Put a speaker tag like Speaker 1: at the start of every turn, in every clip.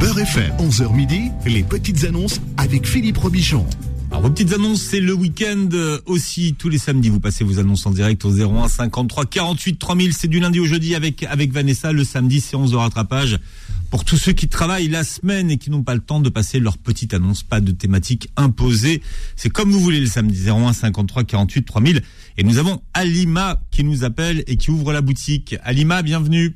Speaker 1: Beurre FM, 11h midi, les petites annonces avec Philippe Robichon.
Speaker 2: Alors vos petites annonces, c'est le week-end euh, aussi. Tous les samedis, vous passez vos annonces en direct au 01 53 48 3000. C'est du lundi au jeudi avec, avec Vanessa. Le samedi, séance de rattrapage. Pour tous ceux qui travaillent la semaine et qui n'ont pas le temps de passer leur petite annonce, pas de thématique imposée. C'est comme vous voulez le samedi, 01 53 48 3000. Et nous avons Alima qui nous appelle et qui ouvre la boutique. Alima, bienvenue.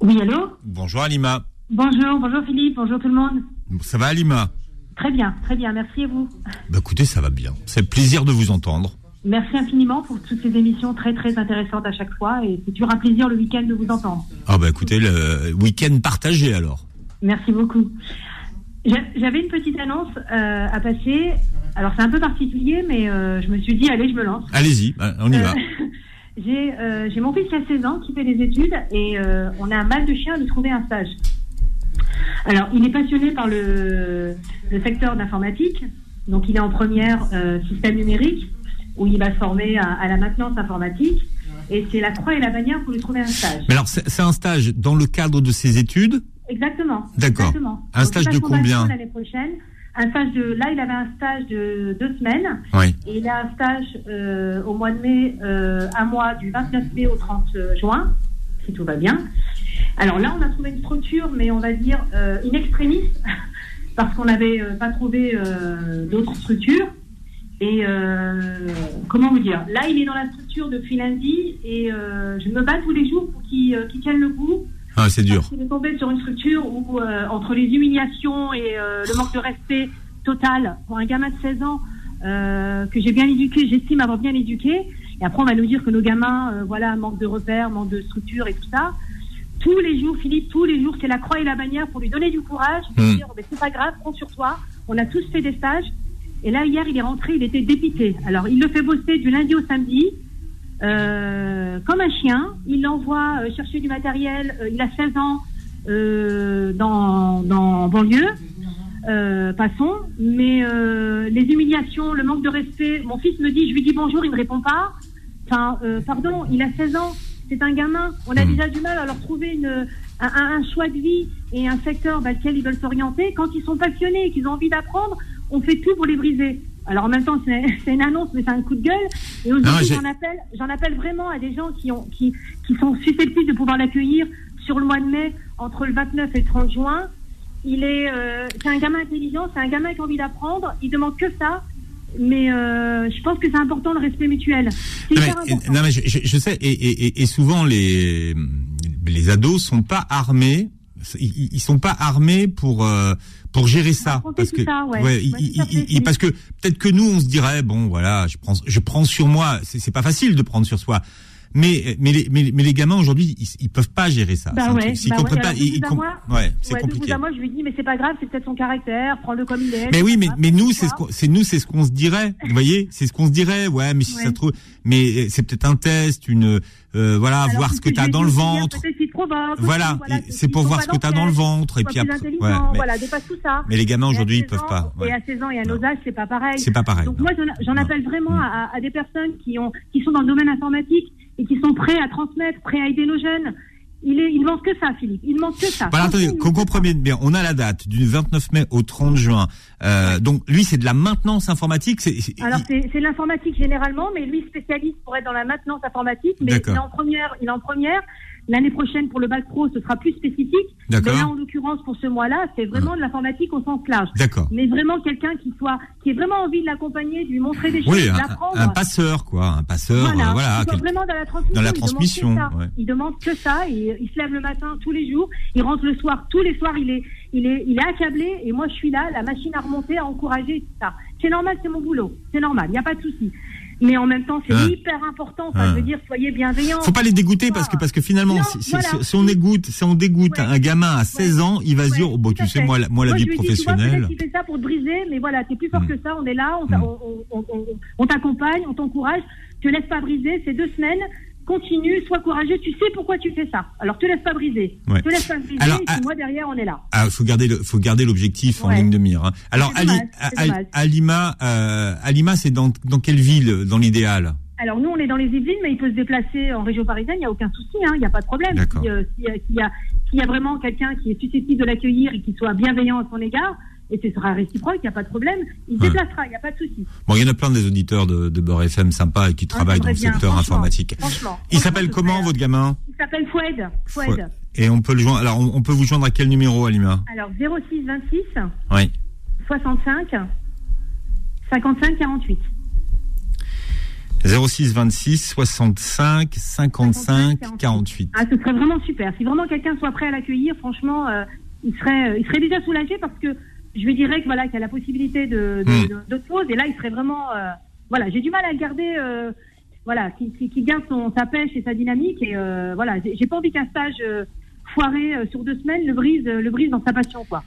Speaker 3: Oui, allô
Speaker 2: Bonjour Alima.
Speaker 3: Bonjour, bonjour Philippe, bonjour tout le monde.
Speaker 2: Ça va Alima
Speaker 3: Très bien, très bien, merci à vous.
Speaker 2: Bah écoutez, ça va bien. C'est plaisir de vous entendre.
Speaker 3: Merci infiniment pour toutes ces émissions très très intéressantes à chaque fois et c'est toujours un plaisir le week-end de vous entendre.
Speaker 2: Ah bah écoutez, le week-end partagé alors.
Speaker 3: Merci beaucoup. J'a- J'avais une petite annonce euh, à passer. Alors c'est un peu particulier, mais euh, je me suis dit, allez, je me lance.
Speaker 2: Allez-y, bah, on y va.
Speaker 3: Euh, J'ai euh, j'ai mon fils qui a 16 ans qui fait des études et euh, on a un mal de chien à lui trouver un stage. Alors, il est passionné par le, le secteur d'informatique. Donc, il est en première euh, système numérique où il va se former à, à la maintenance informatique. Et c'est la croix et la bannière pour lui trouver un stage.
Speaker 2: Mais alors, c'est c'est un stage dans le cadre de ses études
Speaker 3: Exactement.
Speaker 2: D'accord.
Speaker 3: exactement.
Speaker 2: Un
Speaker 3: Donc,
Speaker 2: stage
Speaker 3: il passe
Speaker 2: de
Speaker 3: son bac
Speaker 2: combien
Speaker 3: L'année prochaine. Un stage de. Là, il avait un stage de deux semaines.
Speaker 2: Oui.
Speaker 3: Et il a un stage euh, au mois de mai, euh, un mois du 29 mai au 30 juin, si tout va bien. Alors là, on a trouvé une structure, mais on va dire euh, in extremis, parce qu'on n'avait euh, pas trouvé euh, d'autres structures. Et euh, comment vous dire Là, il est dans la structure depuis lundi et euh, je me bats tous les jours pour qu'il euh, qu'il tienne le coup.
Speaker 2: Ah, c'est dur.
Speaker 3: Il est tombé sur une structure où, euh, entre les humiliations et euh, le manque de respect total pour un gamin de 16 ans euh, que j'ai bien éduqué, j'estime avoir bien éduqué, et après on va nous dire que nos gamins, euh, voilà, manque de repères, manque de structure et tout ça. Tous les jours, Philippe, tous les jours, c'est la croix et la bannière pour lui donner du courage, lui
Speaker 2: Mm.
Speaker 3: dire mais c'est pas grave, prends sur toi. On a tous fait des stages. Et là, hier, il est rentré, il était dépité. Alors, il le fait bosser du lundi au samedi, euh, comme un chien. Il l'envoie euh, chercher du matériel. Euh, il a 16 ans euh, dans, dans banlieue. Euh, passons. Mais euh, les humiliations, le manque de respect. Mon fils me dit, je lui dis bonjour, il ne répond pas. Enfin, euh, pardon, il a 16 ans. C'est un gamin. On a
Speaker 2: Mhm.
Speaker 3: déjà du mal à leur trouver une, un, un- un choix de vie et un secteur dans lequel ils veulent s'orienter. Quand ils sont passionnés et qu'ils ont envie d'apprendre, on fait tout pour les briser. Alors en même temps, c'est c'est une annonce, mais c'est un coup de gueule. Et
Speaker 2: Non,
Speaker 3: aujourd'hui,
Speaker 2: j'ai-
Speaker 3: j'en appelle, j'en appelle vraiment à des gens qui, ont, qui, qui sont susceptibles de pouvoir l'accueillir sur le mois de mai, entre le 29 et le 30 juin. Il est, euh, c'est un gamin intelligent, c'est un gamin qui a envie d'apprendre. Il demande que ça. Mais euh, je pense que c'est important le respect mutuel. C'est
Speaker 2: Non,
Speaker 3: hyper
Speaker 2: mais, euh,
Speaker 3: important.
Speaker 2: non, mais je, je- je sais, et, et- et- et souvent les, les ados sont pas armés. Ils ils sont pas armés pour euh, pour gérer ça
Speaker 3: Affronter
Speaker 2: parce
Speaker 3: tout
Speaker 2: que
Speaker 3: ça, ouais. Ouais,
Speaker 2: ils-
Speaker 3: tout à
Speaker 2: ils-
Speaker 3: fait,
Speaker 2: ils-
Speaker 3: Philippe.
Speaker 2: parce que peut-être que nous on se dirait bon voilà je prends je prends sur moi c'est c'est pas facile de prendre sur soi mais mais les mais, mais les gamins aujourd'hui ils, ils peuvent pas gérer ça
Speaker 3: Bah
Speaker 2: ah, C'est un
Speaker 3: ouais,
Speaker 2: truc, s'ils
Speaker 3: bah ouais.
Speaker 2: comprennent pas
Speaker 3: Alors, de
Speaker 2: ils- ils
Speaker 3: vous à
Speaker 2: com-
Speaker 3: moi,
Speaker 2: ouais c'est
Speaker 3: Ouais, de bout
Speaker 2: compliqué
Speaker 3: à moi, je lui dis, mais c'est pas grave, c'est peut-être son caractère, prends-le comme il est.
Speaker 2: Mais
Speaker 3: c'est
Speaker 2: oui,
Speaker 3: pas
Speaker 2: mais,
Speaker 3: grave,
Speaker 2: mais nous,
Speaker 3: Ah, tu
Speaker 2: c'est ce
Speaker 3: vois.
Speaker 2: qu'on, c'est nous, c'est ce qu'on se dirait. Vous voyez, c'est ce qu'on se dirait. Ouais, mais si
Speaker 3: Ouais.
Speaker 2: ça se trouve, mais euh, c'est peut-être un test, une, euh, voilà,
Speaker 3: Alors,
Speaker 2: voir
Speaker 3: c'est
Speaker 2: ce que
Speaker 3: je
Speaker 2: t'as
Speaker 3: lui ai
Speaker 2: dans le
Speaker 3: dit, c'est-à-dire
Speaker 2: ventre.
Speaker 3: peut-être qu'il provoque,
Speaker 2: Voilà,
Speaker 3: aussi,
Speaker 2: et
Speaker 3: qu'il
Speaker 2: c'est pour
Speaker 3: faut
Speaker 2: voir
Speaker 3: pas
Speaker 2: ce que t'as
Speaker 3: l'enfer,
Speaker 2: dans le ventre et
Speaker 3: soit
Speaker 2: puis
Speaker 3: plus
Speaker 2: après.
Speaker 3: intelligent,
Speaker 2: mais,
Speaker 3: voilà, dépasse tout ça.
Speaker 2: mais les gamins
Speaker 3: Et à
Speaker 2: aujourd'hui, ils
Speaker 3: 16
Speaker 2: peuvent
Speaker 3: ans,
Speaker 2: pas. ouais.
Speaker 3: Et à 16 ans et à
Speaker 2: Non.
Speaker 3: nos âges, c'est pas pareil.
Speaker 2: C'est pas pareil,
Speaker 3: Donc
Speaker 2: non.
Speaker 3: moi, j'en- j'en
Speaker 2: Non.
Speaker 3: appelle vraiment
Speaker 2: Mm.
Speaker 3: à, à des personnes qui, ont, qui sont dans le domaine informatique et qui sont prêts à transmettre, prêts à aider nos jeunes. Il, est, il manque que ça, Philippe. Il manque que ça.
Speaker 2: Voilà, attendez,
Speaker 3: Franchement,
Speaker 2: qu'on comprenne bien, bien, on a la date du 29 mai au 30 juin. Euh, donc lui, c'est de la maintenance informatique. C'est, c'est-
Speaker 3: Alors
Speaker 2: il-
Speaker 3: c'est c'est l'informatique généralement, mais lui spécialiste pour être dans la maintenance informatique, mais il
Speaker 2: D'accord.
Speaker 3: est en première, il est en première. L'année prochaine pour le bac pro, ce sera plus spécifique.
Speaker 2: D'accord. Ah.
Speaker 3: Mais là en l'occurrence pour ce mois-là, c'est vraiment de l'informatique au sens large.
Speaker 2: D'accord.
Speaker 3: Mais vraiment quelqu'un qui soit, qui ait vraiment envie de l'accompagner, de lui montrer des choses,
Speaker 2: Oui,
Speaker 3: de
Speaker 2: un,
Speaker 3: l'apprendre.
Speaker 2: un passeur, quoi, un passeur. euh,
Speaker 3: Voilà,
Speaker 2: voilà
Speaker 3: il soit
Speaker 2: quel-
Speaker 3: vraiment dans la transmission.
Speaker 2: dans la
Speaker 3: il demande que
Speaker 2: transmission,
Speaker 3: ça.
Speaker 2: ouais.
Speaker 3: Il demande que ça. Et euh, il se lève le matin tous les jours. Il rentre le soir tous les soirs. Il est, il est, il est accablé. Et moi, je suis là, la machine à remonter, à encourager, et tout ça. C'est normal, c'est mon boulot. C'est normal, il n'y a pas de souci. Mais en même temps, c'est
Speaker 2: Hein.
Speaker 3: hyper important. Ça
Speaker 2: Hein.
Speaker 3: veut dire, soyez bienveillants.
Speaker 2: Faut pas les dégoûter parce que parce que finalement
Speaker 3: Non,
Speaker 2: si, si-
Speaker 3: voilà.
Speaker 2: si- si on dégoûte si on dégoûte
Speaker 3: Ouais.
Speaker 2: un gamin à 16 ans il va se
Speaker 3: Ouais,
Speaker 2: dire oh, bon
Speaker 3: tout à
Speaker 2: tu sais
Speaker 3: fait.
Speaker 2: moi la, moi la
Speaker 3: Moi, je
Speaker 2: vie
Speaker 3: lui ai dit, tu vois,
Speaker 2: professionnelle
Speaker 3: peut-être qu'il fait ça pour te briser, mais voilà, t'es plus fort
Speaker 2: Mm.
Speaker 3: que ça, on est là, on t'a-
Speaker 2: Mm.
Speaker 3: on- on- on- on t'accompagne, on t'encourage, te laisse pas briser, c'est deux semaines, continue, sois courageux, tu sais pourquoi tu fais ça. Alors te laisse pas briser,
Speaker 2: Ouais.
Speaker 3: te laisse pas briser,
Speaker 2: Alors,
Speaker 3: et
Speaker 2: à-
Speaker 3: puis moi derrière, on est là.
Speaker 2: ah, faut garder le faut garder l'objectif en
Speaker 3: Ouais.
Speaker 2: ligne de mire hein. alors
Speaker 3: C'est
Speaker 2: Ali,
Speaker 3: dommage, c'est
Speaker 2: à- à-
Speaker 3: dommage.
Speaker 2: Alima euh, Alima c'est dans dans quelle ville dans l'idéal
Speaker 3: Alors nous, on est dans les Yvelines, mais il peut se déplacer en région parisienne, il n'y a aucun souci, hein, il n'y a pas de problème.
Speaker 2: D'accord.
Speaker 3: Si, euh, si, euh, S'il y, a- S'il y a vraiment quelqu'un qui est susceptible de l'accueillir et qui soit bienveillant à son égard, et ce sera réciproque, il n'y a pas de problème, il se
Speaker 2: Ouais.
Speaker 3: déplacera, il n'y a pas de souci.
Speaker 2: Bon, il y en a plein des auditeurs de, de Beurre FM sympas et qui
Speaker 3: Hein,
Speaker 2: travaillent dans
Speaker 3: j'aimerais
Speaker 2: le
Speaker 3: bien,
Speaker 2: secteur
Speaker 3: franchement,
Speaker 2: informatique.
Speaker 3: Franchement.
Speaker 2: Il
Speaker 3: Franchement,
Speaker 2: s'appelle
Speaker 3: ce
Speaker 2: comment
Speaker 3: serait-
Speaker 2: votre gamin
Speaker 3: Il s'appelle Foued. Foued.
Speaker 2: Ouais. Et on peut le joindre. Alors, on, on peut vous joindre à quel numéro, Alima
Speaker 3: Alors 06 26
Speaker 2: Oui.
Speaker 3: 65 55 48.
Speaker 2: 06 26 65 55
Speaker 3: 45.
Speaker 2: 48.
Speaker 3: Ah, ce serait vraiment super. Si vraiment quelqu'un soit prêt à l'accueillir, franchement, euh, il serait, il serait déjà soulagé parce que je lui dirais que voilà, qu'il y a la possibilité de de-
Speaker 2: Mm.
Speaker 3: de- d'autres choses. Et là, il serait vraiment, euh, voilà, j'ai du mal à le garder, euh, voilà, qui, qui, qui garde son sa pêche et sa dynamique. Et euh, voilà, j'ai j'ai pas envie qu'un stage euh, foiré euh, sur deux semaines le brise, euh, le brise dans sa passion, quoi.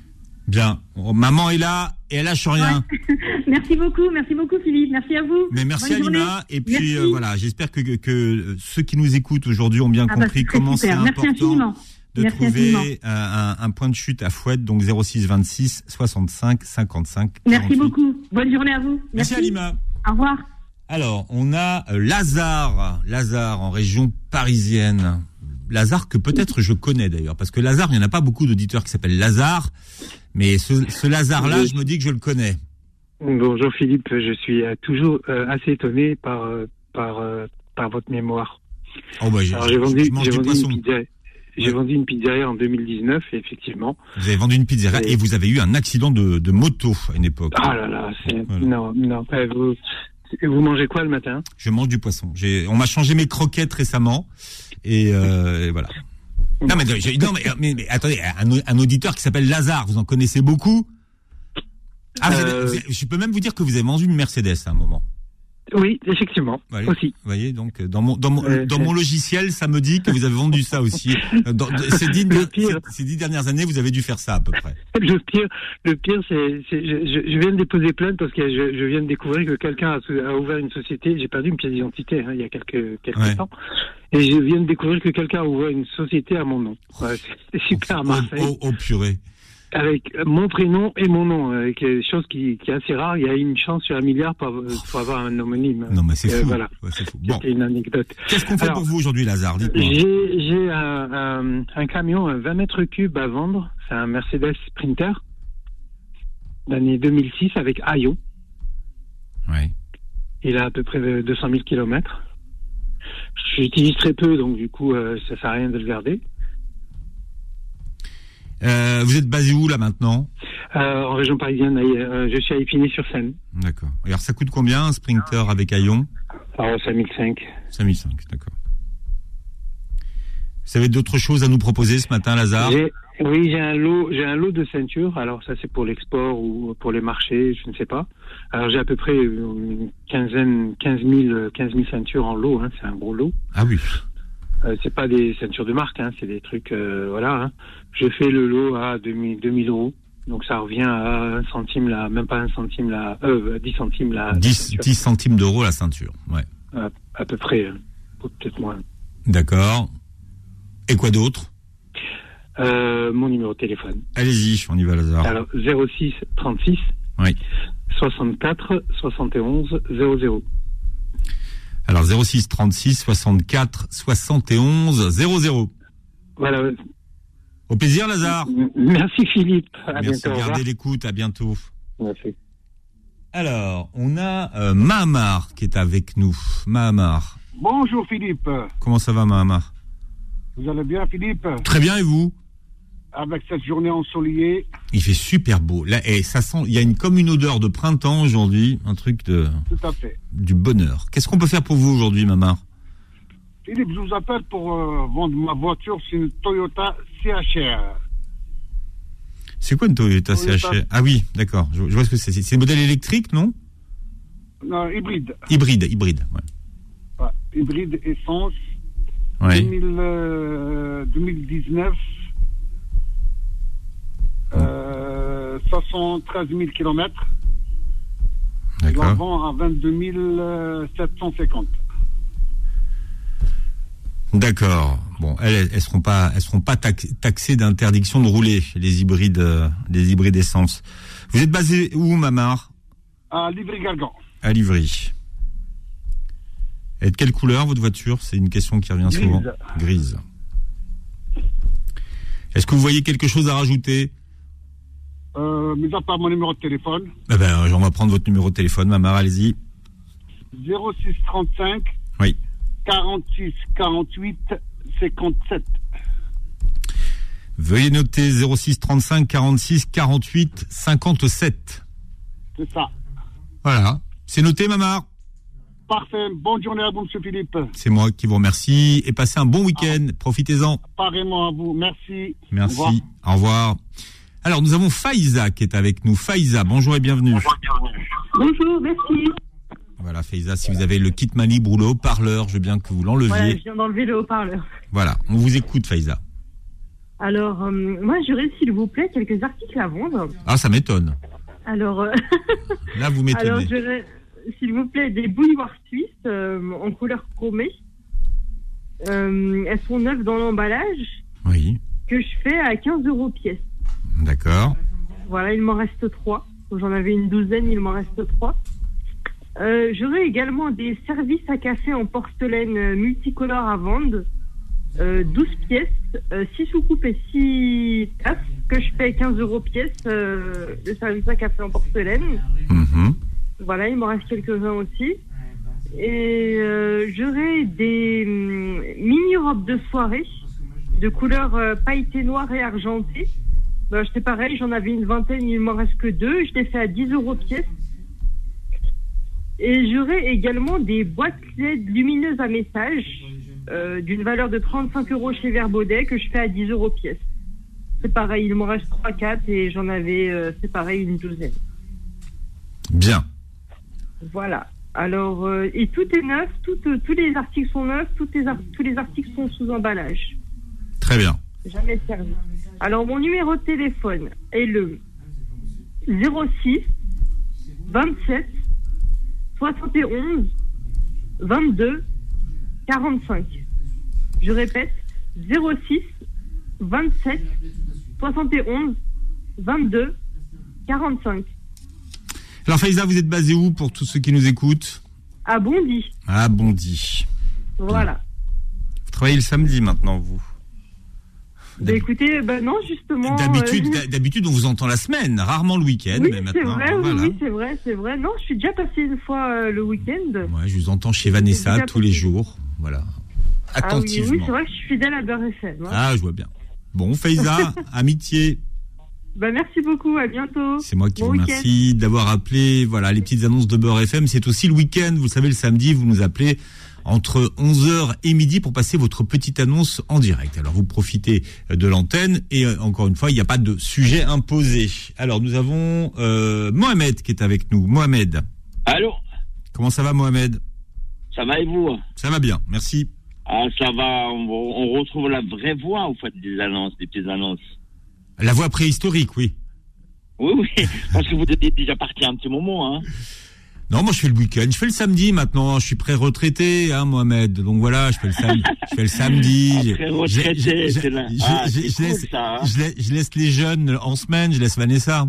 Speaker 2: Bien. Oh, Maman est là et elle lâche rien.
Speaker 3: merci beaucoup, merci beaucoup, Philippe. Merci à vous.
Speaker 2: Mais merci
Speaker 3: Bonne journée.
Speaker 2: Alima. Et puis
Speaker 3: Merci.
Speaker 2: euh, voilà, j'espère que, que ceux qui nous écoutent aujourd'hui ont bien
Speaker 3: Ah bah,
Speaker 2: compris
Speaker 3: c'est très
Speaker 2: comment c'est
Speaker 3: super. Merci
Speaker 2: important
Speaker 3: infiniment.
Speaker 2: de
Speaker 3: Merci
Speaker 2: trouver
Speaker 3: infiniment.
Speaker 2: euh, un, un point de chute à fouette, donc 06 26 65 55
Speaker 3: Merci
Speaker 2: 48.
Speaker 3: beaucoup. Bonne journée à vous.
Speaker 2: Merci Alima.
Speaker 3: Au revoir.
Speaker 2: Alors, on a euh, Lazare, Lazare en région parisienne. Lazare que peut-être je connais d'ailleurs, parce que Lazare, il n'y en a pas beaucoup d'auditeurs qui s'appellent Lazare, mais ce, ce Lazare-là, je me dis que je le connais.
Speaker 4: Bonjour Philippe, je suis euh, toujours euh, assez étonné par, euh, par, euh, par votre mémoire.
Speaker 2: Oh bah, j'ai-
Speaker 4: Alors j'ai vendu,
Speaker 2: je mange
Speaker 4: j'ai
Speaker 2: du
Speaker 4: vendu
Speaker 2: poisson.
Speaker 4: une pizzeria.
Speaker 2: Ouais.
Speaker 4: J'ai vendu une pizzeria en 2019, effectivement.
Speaker 2: Vous avez vendu une pizzeria
Speaker 4: Oui.
Speaker 2: et vous avez eu un accident de, de moto à une époque.
Speaker 4: Ah là là, c'est...
Speaker 2: Voilà.
Speaker 4: Non, non. Euh, vous, vous mangez quoi le matin
Speaker 2: Je mange du poisson. J'ai- On m'a changé mes croquettes récemment et, euh, et voilà. Non mais, j'ai- non, mais, mais- mais attendez, un, un auditeur qui s'appelle Lazare, vous en connaissez beaucoup ah, vous avez-
Speaker 4: Euh.
Speaker 2: vous avez- Je peux même vous dire que vous avez vendu une Mercedes à un moment.
Speaker 4: Oui, effectivement,
Speaker 2: Allez.
Speaker 4: aussi.
Speaker 2: Vous voyez, donc euh, dans mon, dans mon,
Speaker 4: Euh,
Speaker 2: dans
Speaker 4: euh.
Speaker 2: mon logiciel, ça me dit que vous avez vendu ça aussi. Euh, Dans, de- ces, dix,
Speaker 4: Le pire.
Speaker 2: ces- ces dix dernières années, vous avez dû faire ça à peu près.
Speaker 4: Le pire, le pire, c'est, c'est- je, je- je viens de déposer plainte parce que je, je viens de découvrir que quelqu'un a, sou- a ouvert une société. J'ai perdu une pièce d'identité hein, il y a quelques quelques
Speaker 2: Ouais.
Speaker 4: temps, et je viens de découvrir que quelqu'un a ouvert une société à mon nom. Ouais, c'est- c'est super à Marseille,
Speaker 2: Oh, oh, oh, purée.
Speaker 4: avec euh, mon prénom et mon nom, euh, quelque chose qui, qui est assez rare. Il y a une chance sur un milliard pour, avoir- pour avoir un homonyme.
Speaker 2: Non mais c'est
Speaker 4: Euh,
Speaker 2: fou.
Speaker 4: voilà.
Speaker 2: Ouais, c'est fou. Bon,
Speaker 4: C'était une anecdote.
Speaker 2: qu'est-ce qu'on fait
Speaker 4: Alors,
Speaker 2: pour vous aujourd'hui, Lazare Dites-moi.
Speaker 4: J'ai j'ai un, un, un camion un 20 mètres cubes à vendre. C'est un Mercedes Sprinter d'année 2006 avec Ayo.
Speaker 2: Ouais.
Speaker 4: Il a à peu près euh, 200 000 kilomètres. J'utilise très peu, donc du coup, euh, ça sert à rien de le garder.
Speaker 2: Euh, vous êtes basé où là maintenant
Speaker 4: Euh, en région parisienne, à- euh, je suis à Épinay-sur-Seine.
Speaker 2: D'accord. Et Alors ça coûte combien un sprinter avec Aillon
Speaker 4: Alors, 5005.
Speaker 2: 5005, d'accord. Vous avez d'autres choses à nous proposer ce matin, Lazare
Speaker 4: J'ai- Oui, j'ai un lot, j'ai un lot de ceintures. Alors ça, c'est pour l'export ou pour les marchés, je ne sais pas. Alors j'ai à peu près une quinzaine, 15 000, 15 000 ceintures en lot. Hein, c'est un gros lot.
Speaker 2: Ah oui.
Speaker 4: Euh, c'est pas des ceintures de marque, hein, c'est des trucs, euh, voilà. hein. Je fais le lot à 2000, 2000 euros, donc ça revient à un centime là, même pas un centime là, euh, 10 centimes là,
Speaker 2: 10, 10 centimes d'euros la ceinture. Ouais.
Speaker 4: à peu près, hein, ou peut-être moins.
Speaker 2: D'accord. Et quoi d'autre
Speaker 4: Euh, mon numéro de téléphone.
Speaker 2: Allez-y, on y va, Lazare.
Speaker 4: Alors 06 36
Speaker 2: Oui.
Speaker 4: 64 71 00.
Speaker 2: Alors 06 36 64 71 00.
Speaker 4: Voilà.
Speaker 2: Au plaisir, Lazare.
Speaker 4: M- Merci Philippe. À
Speaker 2: Merci de
Speaker 4: bientôt. Au revoir.
Speaker 2: garder l'écoute. À bientôt.
Speaker 4: Merci.
Speaker 2: Alors, on a euh, Mahamar qui est avec nous. Mahamar.
Speaker 5: Bonjour Philippe.
Speaker 2: Comment ça va, Mahamar
Speaker 5: Vous allez bien Philippe
Speaker 2: Très bien, et vous
Speaker 5: Avec cette journée ensoleillée.
Speaker 2: Il fait super beau. Là, et ça sent. Il y a une comme une odeur de printemps aujourd'hui, un truc de
Speaker 5: Tout à fait.
Speaker 2: du bonheur. Qu'est-ce qu'on peut faire pour vous aujourd'hui, maman
Speaker 5: Philippe, je vous appelle pour euh, vendre ma voiture. C'est une Toyota CHR.
Speaker 2: C'est quoi une Toyota
Speaker 5: Toyota.
Speaker 2: CHR Ah oui, d'accord. Je, je vois ce que c'est. C'est c'est le modèle électrique, non
Speaker 5: Non, hybride.
Speaker 2: Hybride, hybride. Ouais.
Speaker 5: Ouais, hybride essence.
Speaker 2: Ouais.
Speaker 5: 2000, euh, 2019. Euh, 73 000 km. Je la
Speaker 2: D'accord.
Speaker 5: vends à 22 euh, 750.
Speaker 2: D'accord. Bon, elles, elles, elles seront pas, elles seront pas tax- taxées d'interdiction de rouler les hybrides, euh, les hybrides essence. Vous êtes basé où, Mamar
Speaker 5: À Livry-Gargan.
Speaker 2: À Livry. Et de quelle couleur votre voiture C'est une question qui revient
Speaker 5: Grise.
Speaker 2: souvent. Grise. Est-ce que vous voyez quelque chose à rajouter
Speaker 5: Euh, mis à part mon numéro de téléphone,
Speaker 2: Eh ben, On va prendre votre numéro de téléphone, Mamar, allez-y.
Speaker 5: 0635
Speaker 2: Oui.
Speaker 5: 46 48 57.
Speaker 2: Veuillez noter 06 35 46 48 57.
Speaker 5: C'est ça.
Speaker 2: Voilà. C'est noté, Mamar.
Speaker 5: Parfait. Bonne journée à vous, Monsieur Philippe.
Speaker 2: C'est moi qui vous remercie et passez un bon week-end. Profitez-en.
Speaker 5: Pareillement à vous. Merci.
Speaker 2: Merci.
Speaker 5: Au revoir.
Speaker 2: Au revoir. Alors, nous avons Faïza qui est avec nous. Faïza, bonjour et bienvenue.
Speaker 6: Bonjour, Oh, merci.
Speaker 2: Voilà, Faïza, si vous avez le kit main libre ou le haut-parleur, je veux bien que vous l'enleviez.
Speaker 6: Voilà, je viens d'enlever le haut-parleur.
Speaker 2: Voilà, on vous écoute, Faïza.
Speaker 6: Alors, euh, moi, j'aurais, s'il vous plaît, quelques articles à vendre.
Speaker 2: Ah, ça m'étonne.
Speaker 6: Alors, euh,
Speaker 2: Là, vous
Speaker 6: alors
Speaker 2: m'étonnez.
Speaker 6: j'aurais, s'il vous plaît, des bouilloires suisses euh, en couleur chromée. Euh, elles sont neuves dans l'emballage
Speaker 2: Oui,
Speaker 6: que je fais à 15 euros pièce.
Speaker 2: d'accord.
Speaker 6: Voilà, il m'en reste trois. J'en avais une douzaine, il m'en reste trois. Euh, J'aurai également des services à café en porcelaine euh, multicolore à vendre. Euh, 12 pièces, 6 soucoupes et 6 tasses que je paye 15 euros pièce, euh, le service à café en porcelaine.
Speaker 2: Mhm.
Speaker 6: Voilà, il m'en reste quelques-uns aussi. Et euh, j'aurai des hum, mini-robes de soirée de couleur euh, pailletée noire et argentée. Ben, c'est pareil, j'en avais une vingtaine, il m'en reste que deux. Je les fais à 10 euros pièce. Et j'aurai également des boîtes LED lumineuses à message euh, d'une valeur de 35 euros chez Verbaudet que je fais à 10 euros pièce. C'est pareil, il m'en reste 3-4 et j'en avais, euh, c'est pareil, une douzaine.
Speaker 2: Bien.
Speaker 6: Voilà. Alors, euh, et tout est neuf, tout, euh, tous les articles sont neufs, tous les, ar- tous les articles sont sous emballage.
Speaker 2: Très bien.
Speaker 6: Jamais servi. Alors, mon numéro de téléphone est le 06 27 71 22 45. Je répète, 06 27 71 22 45.
Speaker 2: Alors, Faïza, vous êtes basé où pour tous ceux qui nous écoutent
Speaker 6: À Bondy.
Speaker 2: À Bondy.
Speaker 6: Voilà.
Speaker 2: Vous travaillez le samedi maintenant, vous
Speaker 6: Bah, écoutez, bah non, justement.
Speaker 2: D'habitude,
Speaker 6: euh,
Speaker 2: d'a- d'habitude, on vous entend la semaine, rarement le week-end,
Speaker 6: oui,
Speaker 2: mais
Speaker 6: c'est
Speaker 2: maintenant,
Speaker 6: vrai, oui,
Speaker 2: voilà.
Speaker 6: oui, c'est vrai, c'est vrai. Non, je suis déjà passée une fois euh, le week-end.
Speaker 2: Ouais, Bah, je vous entends chez Vanessa
Speaker 6: déjà
Speaker 2: tous les jours, voilà,
Speaker 6: Ah oui, oui,
Speaker 2: attentivement.
Speaker 6: c'est vrai que je suis fidèle à Beurre FM. hein.
Speaker 2: Ah, je vois bien. Bon, Faiza, amitié,
Speaker 6: Bah, merci beaucoup, à bientôt.
Speaker 2: c'est moi qui
Speaker 6: Bon
Speaker 2: vous
Speaker 6: week-end.
Speaker 2: remercie d'avoir appelé. Voilà, les petites annonces de Beurre FM, c'est aussi le week-end. Vous le savez, le samedi, vous nous appelez entre 11h et midi pour passer votre petite annonce en direct. Alors, vous profitez de l'antenne et euh, encore une fois, il n'y a pas de sujet imposé. Alors, nous avons euh, Mohamed qui est avec nous. Mohamed,
Speaker 7: Allô
Speaker 2: comment ça va, Mohamed
Speaker 7: Ça va et vous hein
Speaker 2: Ça va bien, merci.
Speaker 7: Ah, ça va, on, on retrouve la vraie voix, en fait, des annonces, des petites annonces.
Speaker 2: La voix préhistorique, oui.
Speaker 7: Oui, oui, parce que vous étiez déjà parti un petit moment, hein.
Speaker 2: Non, moi je fais le week-end, je fais le samedi maintenant, hein. je suis pré-retraité, hein, Mohamed. Donc voilà, je fais le, sam- je fais le samedi.
Speaker 7: Après retraité, Ah, c'est là. Ah,
Speaker 2: je-
Speaker 7: c'est
Speaker 2: je laisse-
Speaker 7: cool, ça, hein.
Speaker 2: je laisse- je laisse les jeunes en semaine, je laisse Vanessa.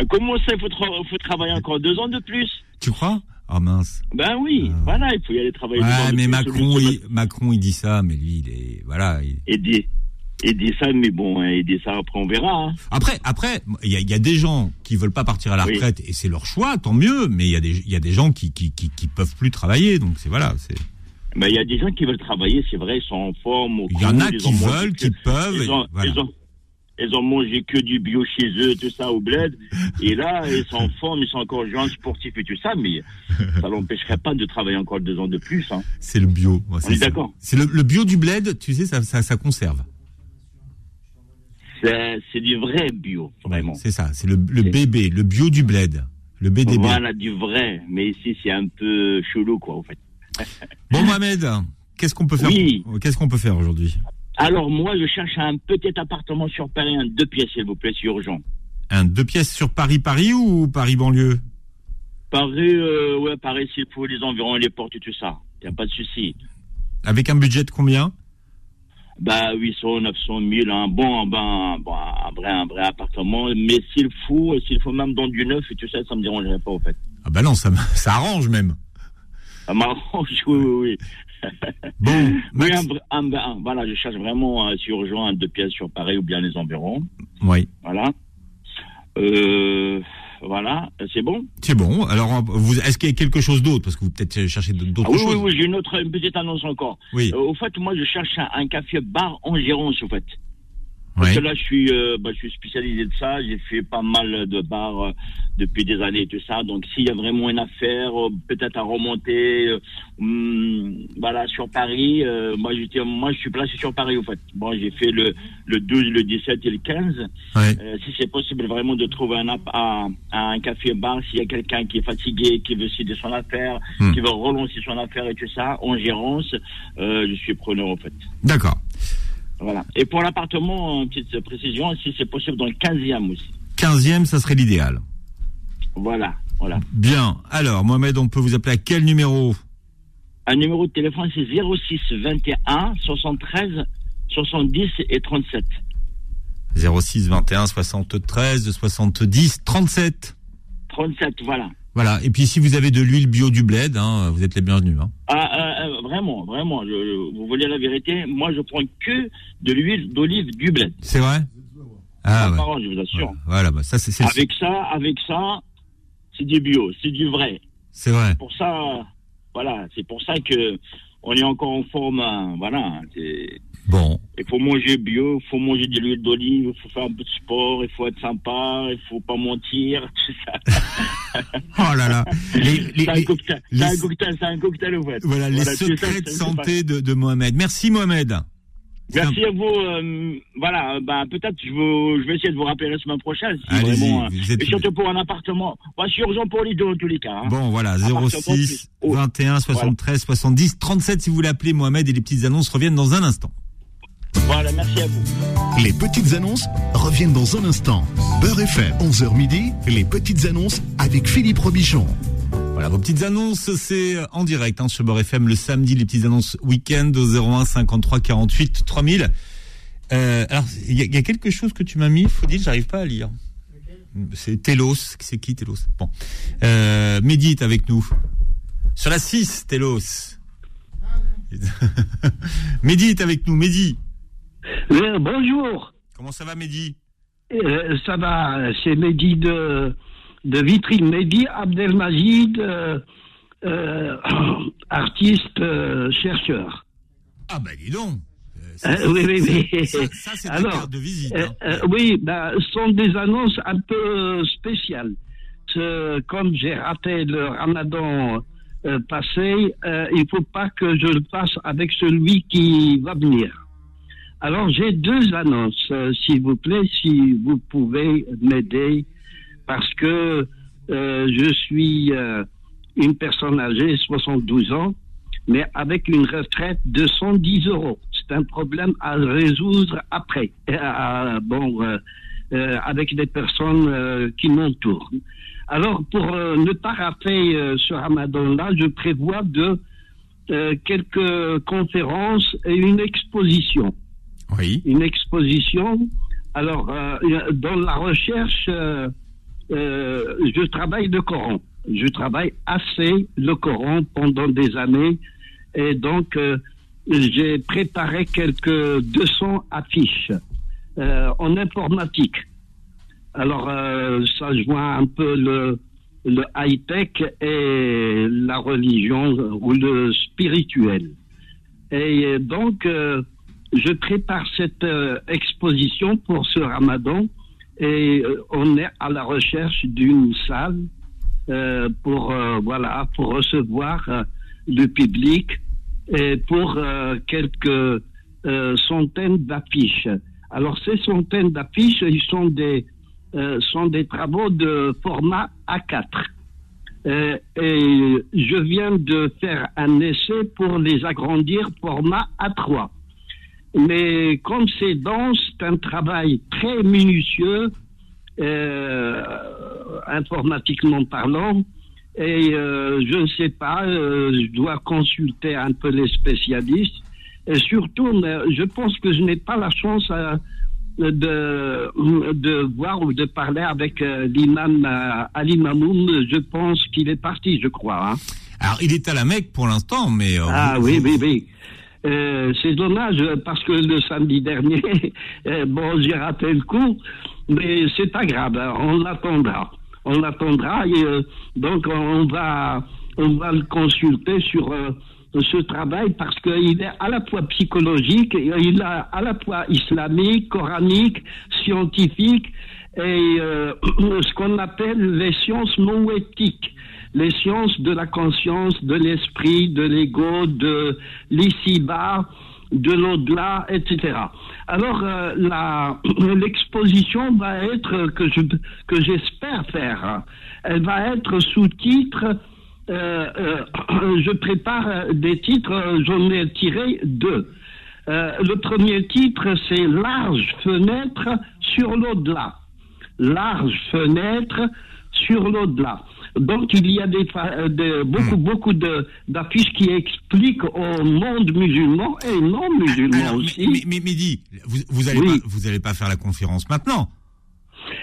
Speaker 7: Euh, Comment ça, il faut, tra- faut travailler encore deux ans de plus
Speaker 2: Tu crois Oh mince.
Speaker 7: Ben oui,
Speaker 2: Ah.
Speaker 7: voilà, il faut y aller travailler deux ans
Speaker 2: Ouais,
Speaker 7: de
Speaker 2: mais
Speaker 7: plus,
Speaker 2: Macron,
Speaker 7: celui qui
Speaker 2: il, Macron, il dit ça, mais lui, il est. Voilà. il-
Speaker 7: va Aider, aider ça, mais bon, hein, aider ça, après on verra, hein.
Speaker 2: Après, après, il y a, il y a des gens qui veulent pas partir à la
Speaker 7: Oui.
Speaker 2: retraite et c'est leur choix, tant mieux. Mais il y a des, il y a des gens qui, qui, qui, qui peuvent plus travailler, donc c'est voilà. c'est-
Speaker 7: Ben, il y a des gens qui veulent travailler, c'est vrai, ils sont en forme. au
Speaker 2: Il y en
Speaker 7: coup,
Speaker 2: a
Speaker 7: ils
Speaker 2: qui
Speaker 7: ont mangé
Speaker 2: veulent,
Speaker 7: que-
Speaker 2: qui peuvent. et
Speaker 7: ils ont,
Speaker 2: voilà.
Speaker 7: ils ont- ils ont mangé que du bio chez eux, tout ça, au bled. Et là, ils sont en forme, ils sont encore jeunes, sportifs et tout ça, mais ça l'empêcherait pas de travailler encore deux ans de plus. Hein.
Speaker 2: C'est le bio. moi, c'est
Speaker 7: est
Speaker 2: ça.
Speaker 7: d'accord.
Speaker 2: C'est le, le bio du bled, tu sais, ça, ça, ça conserve.
Speaker 7: C'est c'est du vrai bio, vraiment.
Speaker 2: C'est ça, c'est le, le
Speaker 7: C'est-
Speaker 2: bébé, le bio du bled. Le BDB.
Speaker 7: Voilà, du vrai. Mais ici, c'est un peu chelou, quoi, en fait.
Speaker 2: Bon, Mohamed, qu'est-ce qu'on peut faire euh,
Speaker 7: Oui.
Speaker 2: Qu'est-ce qu'on peut faire aujourd'hui
Speaker 7: Alors, moi, je cherche un petit appartement sur Paris, un deux pièces, s'il vous plaît, c'est urgent.
Speaker 2: Un deux pièces sur Paris-Paris ou Paris-Banlieue
Speaker 7: Paris, euh, ouais, Paris, s'il faut, les environs, les portes et tout ça. Y a pas de souci.
Speaker 2: Avec un budget de combien
Speaker 7: Bah, 800, 900 000, un bon, ben, bon, un vrai, un vrai appartement. Mais s'il faut, s'il faut même dans du neuf et tout ça, ça me dérangerait pas, en fait.
Speaker 2: Ah bah non, ça, me- ça arrange même.
Speaker 7: Ça m'arrange, oui, oui, oui.
Speaker 2: Bon,
Speaker 7: Oui,
Speaker 2: Max.
Speaker 7: un br- un br- un- voilà, je cherche vraiment à s'y rejoindre un deux pièces sur Paris ou bien les environs.
Speaker 2: Oui.
Speaker 7: Voilà. Euh, voilà, c'est bon
Speaker 2: C'est bon. Alors, on- vous, est-ce qu'il y a quelque chose d'autre Parce que vous peut-être cherchez
Speaker 7: Ah
Speaker 2: d'autres
Speaker 7: Oui, oui,
Speaker 2: choses.
Speaker 7: oui, j'ai une autre une petite annonce encore.
Speaker 2: Oui.
Speaker 7: Euh, au fait, moi, je cherche un, un café-bar en Gironde, au fait.
Speaker 2: Ouais.
Speaker 7: Parce que là, je suis, euh, bah, je suis spécialisé de ça. J'ai fait pas mal de bars euh, depuis des années et tout ça. Donc, s'il y a vraiment une affaire, euh, peut-être à remonter, euh, hum, voilà, sur Paris. euh, moi, j'étais, moi, je suis placé sur Paris, au fait. Bon, j'ai fait le, le 12, le 17 et le 15.
Speaker 2: Ouais.
Speaker 7: Euh, si c'est possible vraiment de trouver un, app- un, un café-bar, s'il y a quelqu'un qui est fatigué, qui veut céder son affaire,
Speaker 2: Hmm.
Speaker 7: qui veut relancer son affaire et tout ça, en gérance, euh, je suis preneur en fait.
Speaker 2: D'accord.
Speaker 7: Voilà. Et pour l'appartement, en petite précision, si c'est possible dans le 15e aussi.
Speaker 2: 15e, ça serait l'idéal.
Speaker 7: Voilà, voilà.
Speaker 2: Bien. Alors, Mohamed, on peut vous appeler à quel numéro
Speaker 7: Un numéro de téléphone, c'est 06 21 73 70 et 37.
Speaker 2: 06 21 73 70 37.
Speaker 7: 37, voilà.
Speaker 2: Voilà. Et puis, si vous avez de l'huile bio du bled, hein, vous êtes les bienvenus. hein.
Speaker 7: Ah, euh, euh, vraiment, vraiment, je- je- vous voulez la vérité Moi, je prends que de l'huile d'olive du bled.
Speaker 2: C'est vrai Ah ouais.
Speaker 7: Apparent, je vous assure.
Speaker 2: Voilà. Bah, ça, c'est, c'est,
Speaker 7: Avec ça, avec ça, c'est du bio, c'est du vrai.
Speaker 2: c'est vrai.
Speaker 7: Pour ça, voilà, c'est pour ça que on est encore en forme. hein, Voilà, c'est-
Speaker 2: Bon.
Speaker 7: il faut manger bio, il faut manger de l'huile d'olive, il faut faire un peu de sport, il faut être sympa, il faut pas mentir. C'est
Speaker 2: Oh là là. Les- les-
Speaker 7: un
Speaker 2: les-
Speaker 7: cocktail,
Speaker 2: les-
Speaker 7: c'est un cocktail, c'est un cocktail au fait.
Speaker 2: voilà, les
Speaker 7: Voilà, c'est ça,
Speaker 2: secrets de
Speaker 7: c'est- c'est pas-
Speaker 2: santé de, de Mohamed. Merci, Mohamed.
Speaker 7: Merci à vous. euh, voilà, euh, bah, peut-être je, vous- je vais essayer de vous rappeler la semaine prochaine. Si
Speaker 2: Allez-y,
Speaker 7: vraiment, euh,
Speaker 2: vous êtes-
Speaker 7: et surtout pour un appartement. Bah, c'est urgent pour les deux en tous les cas. hein.
Speaker 2: Bon, voilà,
Speaker 7: partir
Speaker 2: 06
Speaker 7: d'aujourd'hui. Oh.
Speaker 2: 21 73 70 37 si vous l'appelez Mohamed et les petites annonces reviennent dans un instant.
Speaker 7: Voilà, merci à vous.
Speaker 1: Les petites annonces reviennent dans un instant. Beurre FM, 11h midi, les petites annonces avec Philippe Robichon.
Speaker 2: Voilà, vos petites annonces, c'est en direct hein, sur Beurre FM le samedi, les petites annonces week-end au 01 53 48 3000. Euh, alors, il y, a- il y a quelque chose que tu m'as mis, faut dire, j'arrive pas à lire. C'est Telos, c'est qui Telos Bon, euh, Mehdi est avec nous. Sur la 6, Telos. Mehdi est avec nous, Mehdi.
Speaker 8: Euh, bonjour,
Speaker 2: Comment ça va Mehdi
Speaker 8: Euh, ça va, c'est Mehdi de, de Vitrine, Mehdi Abdelmajid, euh, euh, artiste, euh, chercheur.
Speaker 2: Ah ben dis donc. Euh, ça,
Speaker 8: Euh,
Speaker 2: c'est-
Speaker 8: oui, oui, oui.
Speaker 2: Ça, ça, c'est ta
Speaker 8: Alors,
Speaker 2: carte de visite.
Speaker 8: Euh,
Speaker 2: hein.
Speaker 8: euh, oui, ben, ce sont des annonces un peu spéciales. Euh, Comme j'ai raté le ramadan euh, passé, euh, il faut pas que je le fasse avec celui qui va venir. Alors j'ai deux annonces, euh, s'il vous plaît, si vous pouvez m'aider, parce que euh, je suis euh, une personne âgée, 72 ans, mais avec une retraite de 110 euros. C'est un problème à résoudre après, euh, à- bon, euh, euh, avec les personnes euh, qui m'entourent. Alors, pour euh, ne pas rater euh, ce ramadan-là, je prévois de euh, quelques conférences et une exposition
Speaker 2: Oui.
Speaker 8: une exposition. Alors, euh, dans la recherche, euh, euh, je travaille le Coran. Je travaille assez le Coran pendant des années. Et donc, euh, j'ai préparé quelques 200 affiches euh, en informatique. Alors, euh, ça joint un peu le, le high-tech et la religion euh, ou le spirituel. Et donc, euh, je prépare cette euh, exposition pour ce ramadan et euh, on est à la recherche d'une salle euh, pour, euh, voilà, pour recevoir euh, le public et pour euh, quelques euh, centaines d'affiches. Alors, ces centaines d'affiches, ils sont des, euh, sont des travaux de format A4. Euh, et je viens de faire un essai pour les agrandir format A3. Mais comme c'est dense, c'est un travail très minutieux, euh, informatiquement parlant, et euh, je ne sais pas, euh, je dois consulter un peu les spécialistes. Et surtout, mais je pense que je n'ai pas la chance euh, de, de voir ou de parler avec euh, l'imam euh, Ali Mamoun. Je pense qu'il est parti, je crois. hein.
Speaker 2: Alors, il est à la Mecque pour l'instant, mais. euh,
Speaker 8: Ah
Speaker 2: vous-
Speaker 8: oui,
Speaker 2: vous-
Speaker 8: oui, oui. Euh, c'est dommage euh, parce que le samedi dernier, euh, bon, j'ai raté le coup, mais c'est pas grave, hein, on l'attendra. On l'attendra et euh, donc on va, on va le consulter sur euh, ce travail parce qu'il est à la fois psychologique, et il est à la fois islamique, coranique, scientifique et euh, ce qu'on appelle les sciences non éthiques les sciences de la conscience, de l'esprit, de l'ego, de l'ici-bas, de l'au-delà, etc. Alors, euh, la- l'exposition va être, euh, que je- que j'espère faire, hein, elle va être sous titre, euh, euh, je prépare euh, des titres, euh, j'en ai tiré deux. Euh, le premier titre, c'est Large fenêtre sur l'au-delà large fenêtre sur l'au-delà. Donc il y a des, fa- euh, des- beaucoup
Speaker 2: Hmm.
Speaker 8: beaucoup de d'affiches qui expliquent au monde musulman et non musulman
Speaker 2: Alors, mais-
Speaker 8: aussi.
Speaker 2: mais, mais Mehdi, vous, vous allez
Speaker 8: Oui.
Speaker 2: pas, vous allez pas faire la conférence maintenant.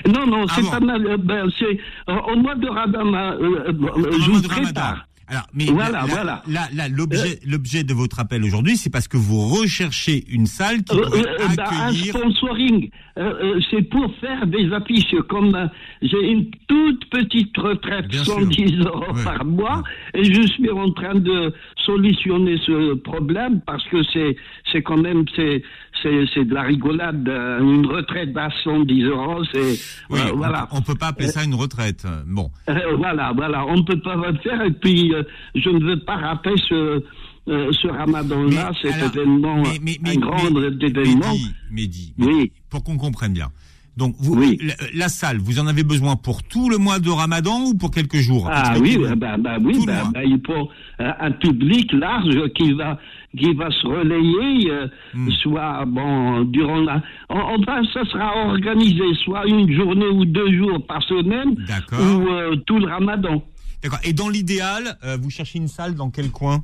Speaker 8: Non non, c'est
Speaker 2: Avant.
Speaker 8: pas mal. euh, ben, c'est euh, au mois de Ramadan. euh, euh, bon, euh, je
Speaker 2: Mois
Speaker 8: vous
Speaker 2: de Ramadan.
Speaker 8: prépare.
Speaker 2: Alors, mais là,
Speaker 8: Voilà,
Speaker 2: là-
Speaker 8: voilà.
Speaker 2: Là, là, l'objet, l'objet de votre appel aujourd'hui, c'est parce que vous recherchez une salle qui
Speaker 8: Euh,
Speaker 2: pourrait
Speaker 8: euh, bah, un
Speaker 2: accueillir.
Speaker 8: sponsoring, euh, euh, c'est pour faire des affiches. Comme euh, j'ai une toute petite retraite,
Speaker 2: Bien sûr.
Speaker 8: 110 euros
Speaker 2: Ouais.
Speaker 8: par mois, et je suis en train de solutionner ce problème parce que c'est c'est quand même c'est c'est c'est de la rigolade. euh, Une retraite à 110 euros, c'est
Speaker 2: Oui,
Speaker 8: euh,
Speaker 2: on-
Speaker 8: voilà.
Speaker 2: on, peut pas appeler ça une retraite. Euh, Bon.
Speaker 8: Euh, voilà, voilà, on ne peut pas le faire et puis euh, je ne veux pas rater ce, euh, ce ramadan-là,
Speaker 2: Mais
Speaker 8: cet
Speaker 2: alors,
Speaker 8: événement,
Speaker 2: mais- mais- mais-
Speaker 8: un grand
Speaker 2: mais-
Speaker 8: événement.
Speaker 2: Mehdi, Mehdi,
Speaker 8: Oui.
Speaker 2: pour qu'on comprenne bien. Donc, vous,
Speaker 8: Oui.
Speaker 2: la, la salle, vous en avez besoin pour tout le mois de Ramadan ou pour quelques jours
Speaker 8: Ah oui,
Speaker 2: Expliquez-nous.
Speaker 8: bah, bah, oui,
Speaker 2: Tout le
Speaker 8: bah,
Speaker 2: monde.
Speaker 8: bah, il faut euh, un public large qui va qui va se relayer, euh, soit bon durant la en- enfin ça sera organisé, soit une journée ou deux jours par semaine
Speaker 2: D'accord.
Speaker 8: ou euh, tout le Ramadan.
Speaker 2: D'accord. Et dans l'idéal, euh, vous cherchez une salle dans quel coin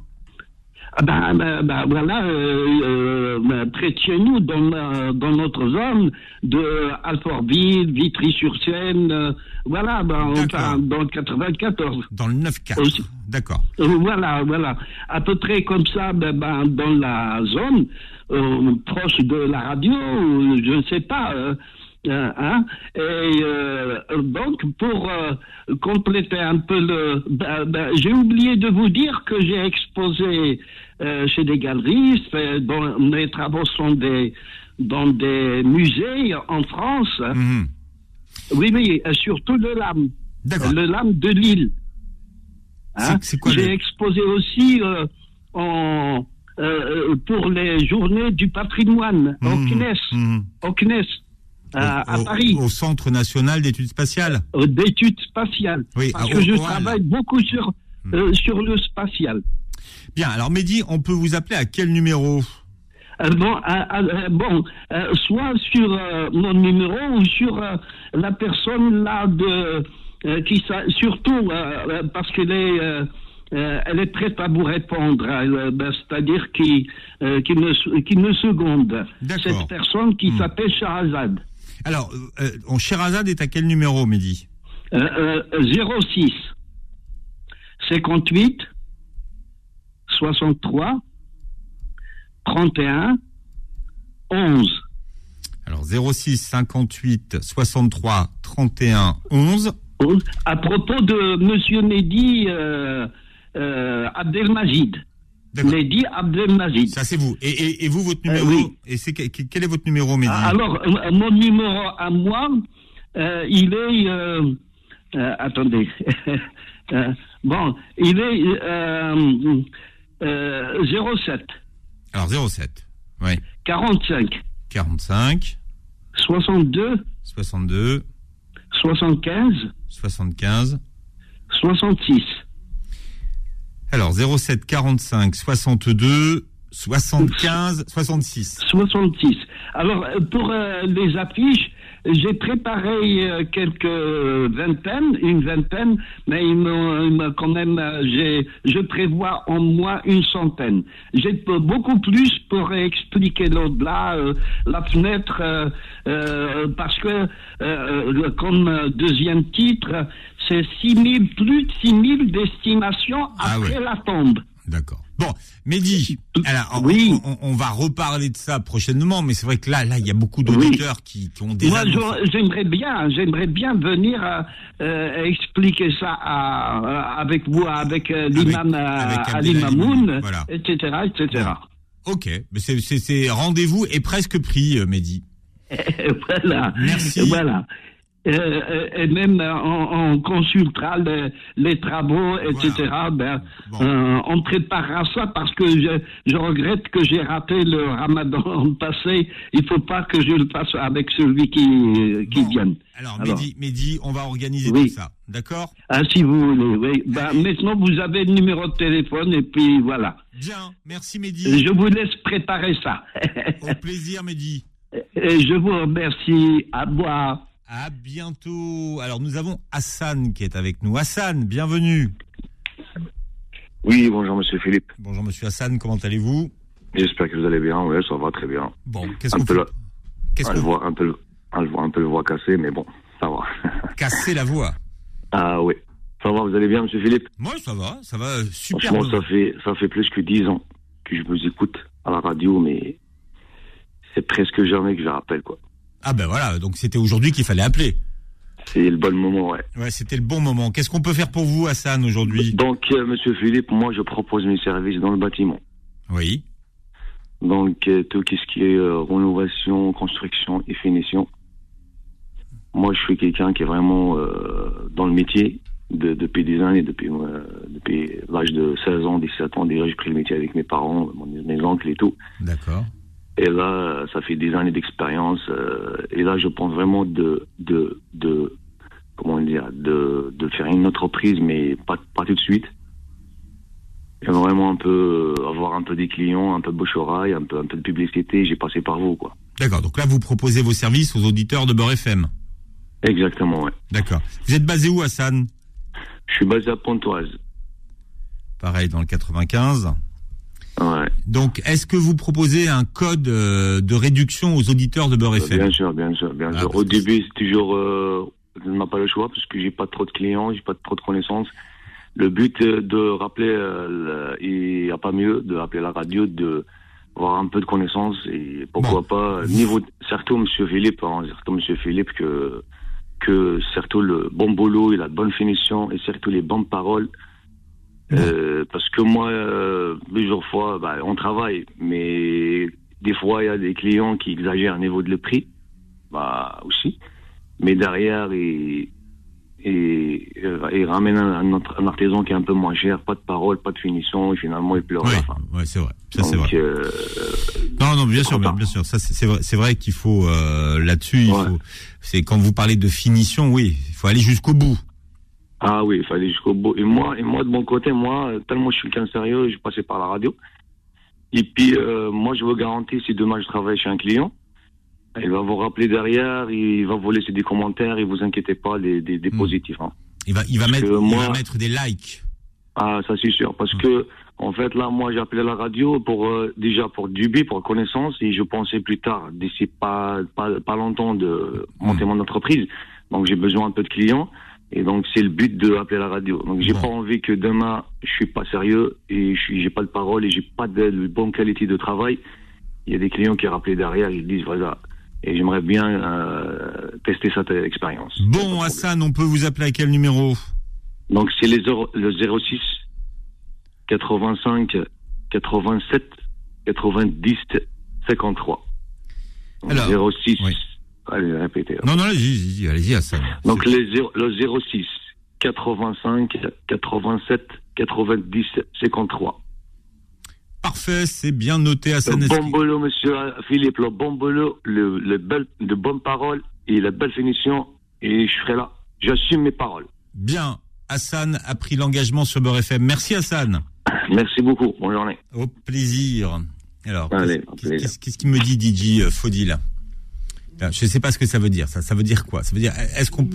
Speaker 8: Ah, Bah, bah, bah, voilà, euh, euh, bah, près de chez nous, dans, euh, dans notre zone de Alfortville, Vitry-sur-Seine, euh, voilà, bah, enfin,
Speaker 2: D'accord.
Speaker 8: dans le 94.
Speaker 2: Dans le 9-4.
Speaker 8: Aussi.
Speaker 2: D'accord.
Speaker 8: Euh, Voilà, voilà. À peu près comme ça, ben, ben, dans la zone, euh, proche de la radio, ou je ne sais pas. euh, euh, hein. Et euh, donc, pour euh, compléter un peu le... ben, ben, j'ai oublié de vous dire que j'ai exposé euh, chez des galeristes. euh, dont mes travaux sont des, dans des musées en France.
Speaker 2: Mhm.
Speaker 8: Oui, oui, euh, surtout le lame.
Speaker 2: D'accord.
Speaker 8: Le lame de Lille. Hein
Speaker 2: C'est- c'est quoi
Speaker 8: J'ai
Speaker 2: le-
Speaker 8: exposé aussi euh, en, euh, euh, pour les journées du patrimoine au
Speaker 2: Mhm,
Speaker 8: CNES,
Speaker 2: mhm.
Speaker 8: au CNES, à,
Speaker 2: Au-
Speaker 8: à
Speaker 2: au-
Speaker 8: Paris,
Speaker 2: Au Centre national d'études spatiales.
Speaker 8: euh, d'études spatiales.
Speaker 2: Oui,
Speaker 8: parce
Speaker 2: à Hmm.
Speaker 8: que je
Speaker 2: Oral.
Speaker 8: travaille beaucoup sur, euh, sur le spatial.
Speaker 2: Bien, alors Mehdi, on peut vous appeler à quel numéro
Speaker 8: Euh, bon, euh, euh, bon euh, soit sur euh, mon numéro ou sur euh, la personne là de euh, qui sa- surtout euh, euh, parce qu'elle est euh, euh, elle est prête à vous répondre, elle, euh, ben, c'est-à-dire qui euh, qui me sou- qui me seconde
Speaker 2: D'accord.
Speaker 8: cette personne qui s'appelle Shahrazad
Speaker 2: Alors, euh, euh, on- Sherazade est à quel numéro, Mehdi
Speaker 8: euh, euh, 06 58 63 31 11
Speaker 2: Alors 06 58 63 31 11.
Speaker 8: À propos de Monsieur Mehdi euh, euh, Abdelmajid.
Speaker 2: D'accord.
Speaker 8: Mehdi Abdelmajid.
Speaker 2: Ça c'est vous. Et, et, et vous votre
Speaker 8: Euh,
Speaker 2: numéro
Speaker 8: oui.
Speaker 2: Et c'est que- quel est votre numéro, Mehdi
Speaker 8: Ah, Alors, euh, mon numéro à moi, euh, il est... euh, euh, attendez. Euh, bon, il est euh, euh, 07
Speaker 2: Alors 07. Oui.
Speaker 8: 45
Speaker 2: 45
Speaker 8: 62
Speaker 2: 62
Speaker 8: 75
Speaker 2: 75.
Speaker 8: 66.
Speaker 2: Alors 07 45 62 75 66.
Speaker 8: 66. Alors, euh, pour euh, les euh, affiches, J'ai préparé euh, quelques vingtaines, une vingtaine, mais il me, il me- quand même, euh, j'ai, je prévois en moi une centaine. J'ai p- beaucoup plus pour expliquer l'au-delà, euh, la fenêtre, euh, euh, parce que euh, euh, comme euh, deuxième titre, c'est 6000, plus de 6000 destinations après la tombe.
Speaker 2: Ah D'accord. Bon, Mehdi, alors, on, on- on va reparler de ça prochainement, mais c'est vrai que là, là, il y a beaucoup d'auditeurs qui, qui ont des
Speaker 8: Moi,
Speaker 2: annonces.
Speaker 8: j'aurais- Ah, j'aimerais bien, j'aimerais bien venir euh, euh, expliquer ça à- à- avec vous, avec euh, l'imam euh, Ali Mamoun, etc., etc.
Speaker 2: Ok, mais c'est- c'est c'est- rendez-vous est presque pris, euh, Mehdi.
Speaker 8: voilà.
Speaker 2: Merci.
Speaker 8: Voilà. Euh, euh, et même euh, on, on consultera le- les travaux, etc. Ben, euh, on préparera ça parce que je, je regrette que j'ai raté le ramadan passé. Il faut pas que je le fasse avec celui qui, qui vient.
Speaker 2: Alors,
Speaker 8: Alors.
Speaker 2: Mehdi, Mehdi, on va organiser
Speaker 8: Oui.
Speaker 2: tout ça, d'accord
Speaker 8: Ah, si vous voulez, oui. Ben, maintenant, vous avez le numéro de téléphone et puis voilà.
Speaker 2: Bien, merci Mehdi.
Speaker 8: Je vous laisse préparer ça.
Speaker 2: Au plaisir, Mehdi.
Speaker 8: et je vous remercie. À boire.
Speaker 2: À bientôt. Alors, nous avons Hassan qui est avec nous. Hassan, bienvenue.
Speaker 9: Oui, bonjour Monsieur Philippe.
Speaker 2: Bonjour Monsieur Hassan, comment allez-vous
Speaker 9: J'espère que vous allez bien. Ouais, ça va très bien.
Speaker 2: Bon,
Speaker 9: qu'est-ce qu'on fait
Speaker 2: Qu'est-ce
Speaker 9: on, voit Ah, un peu, le- on le voit un peu le voix cassée, mais bon, ça va.
Speaker 2: Cassez la voix.
Speaker 9: ah oui. Ça va, vous allez bien Monsieur Philippe
Speaker 2: Moi, ça va, ça va euh, super.
Speaker 9: Franchement, ça fait, ça fait plus que 10 ans que je vous écoute à la radio, mais c'est presque jamais que je rappelle, quoi.
Speaker 2: Ah ben voilà, donc c'était aujourd'hui qu'il fallait appeler.
Speaker 9: C'est le bon moment, ouais.
Speaker 2: Ouais, c'était le bon moment. Qu'est-ce qu'on peut faire pour vous, Hassan, aujourd'hui
Speaker 9: Donc, euh, Monsieur Philippe, moi, je propose mes services dans le bâtiment.
Speaker 8: Bah,
Speaker 2: Oui.
Speaker 9: Donc, euh, tout ce qui est euh, rénovation, construction et finition. Moi, je suis quelqu'un qui est vraiment euh, dans le métier de- depuis des années, depuis, euh, depuis l'âge de 16 ans, 17 ans. Déjà, j'ai pris le métier avec mes parents, mon- mes oncles et tout.
Speaker 2: D'accord.
Speaker 9: Et là, euh, ça fait des années d'expérience. euh, et là, je pense vraiment de, de, de comment dire, de, de faire une entreprise, mais pas, pas tout de suite. Et vraiment un peu euh, avoir un peu des clients, un peu de bouche oreille, un peu, un peu de publicité. J'ai passé par vous, quoi.
Speaker 2: D'accord, donc là, vous proposez vos services aux auditeurs de Beurre FM.
Speaker 9: Exactement, ouais.
Speaker 2: D'accord. Vous êtes basé où, Hassan
Speaker 9: Je suis basé à Pontoise.
Speaker 2: Pareil, dans le 95.
Speaker 9: Ouais.
Speaker 2: Donc, est-ce que vous proposez un code euh, de réduction aux auditeurs de Beurre FM
Speaker 9: Euh, Bien sûr, bien sûr, bien sûr. Au début, c'est toujours, euh, je n'ai pas le choix parce que j'ai pas trop de clients, j'ai pas trop de connaissances. Le but euh, de rappeler, euh, le- il n'y a pas mieux de rappeler la radio, de avoir un peu de connaissances et pourquoi pas euh, niveau surtout Monsieur Philippe, hein, surtout Monsieur Philippe que que surtout le bon boulot et la bonne finition et surtout les bonnes paroles. Euh, parce que moi, euh, plusieurs fois, bah, on travaille, mais des fois, il y a des clients qui exagèrent au niveau de le prix, bah, aussi. Mais derrière, ils, ils, ils ramènent euh, un, un art- un artisan qui est un peu moins cher, pas de parole, pas de finition, et finalement, il pleure à la fin.
Speaker 2: Ouais, c'est vrai. Ça, c'est
Speaker 9: Donc,
Speaker 2: vrai.
Speaker 9: euh,
Speaker 2: Non, non, bien sûr, bien, bien sûr. Ça, c'est c'est vrai, c'est vrai qu'il faut euh, là-dessus. il faut- C'est quand vous parlez de finition, oui, il faut aller jusqu'au bout.
Speaker 9: Ah oui, il fallait jusqu'au bout. Et moi, et moi, de mon côté, moi, euh, tellement je suis quelqu'un de sérieux, je passais par la radio. Et puis, euh, moi, je vous garantis, si demain je travaille chez un client, il va vous rappeler derrière, il va vous laisser des commentaires, et vous inquiétez pas, des, des,
Speaker 2: Mm.
Speaker 9: des positifs. hein.
Speaker 2: Il va, il va
Speaker 9: Parce
Speaker 2: mettre,
Speaker 9: que
Speaker 2: il
Speaker 9: moi-
Speaker 2: va mettre des likes. Hum.
Speaker 9: Ah, ça c'est sûr, parce que en fait là, moi j'ai appelé la radio pour euh, déjà pour Dubé, pour connaissance, et je pensais plus tard, d'ici pas pas, pas longtemps, de
Speaker 2: Hum.
Speaker 9: monter mon entreprise. Donc j'ai besoin un peu de clients, et donc c'est le but de appeler la radio. Donc j'ai pas envie que demain je suis pas sérieux et je suis j'ai pas de parole et j'ai pas de, de bonne qualité de travail. Il y a des clients qui rappelaient derrière, ils disent voilà, et j'aimerais bien euh, tester cette expérience.
Speaker 2: Bon, Hassan, on peut vous appeler à quel numéro
Speaker 9: Donc c'est les zéro- le 06 85 87 90 53. Donc, 06. Allez, répétez.
Speaker 2: Non, non, allez-y, allez-y, Hassan.
Speaker 9: Donc les zéro- le 06 85 87 90 53.
Speaker 2: Parfait, c'est bien noté, Hassan.
Speaker 9: Le
Speaker 2: Est-ce
Speaker 9: bon boulot, monsieur euh, Philippe, le bon boulot, le, le bel, de bonnes paroles et la belle finition. Et je serai là. J'assume mes paroles.
Speaker 2: Bien, Hassan a pris l'engagement sur Beurre FM. Merci, Hassan.
Speaker 9: Merci beaucoup. Bonne journée.
Speaker 2: Au plaisir. Alors,
Speaker 9: Allez,
Speaker 2: qu'est-ce- qu'est-ce qu'est-ce qu'il me dit DJ euh, Faudil Là, Je ne sais pas ce que ça veut dire. Ça, ça veut dire quoi Ça veut dire est-ce qu'on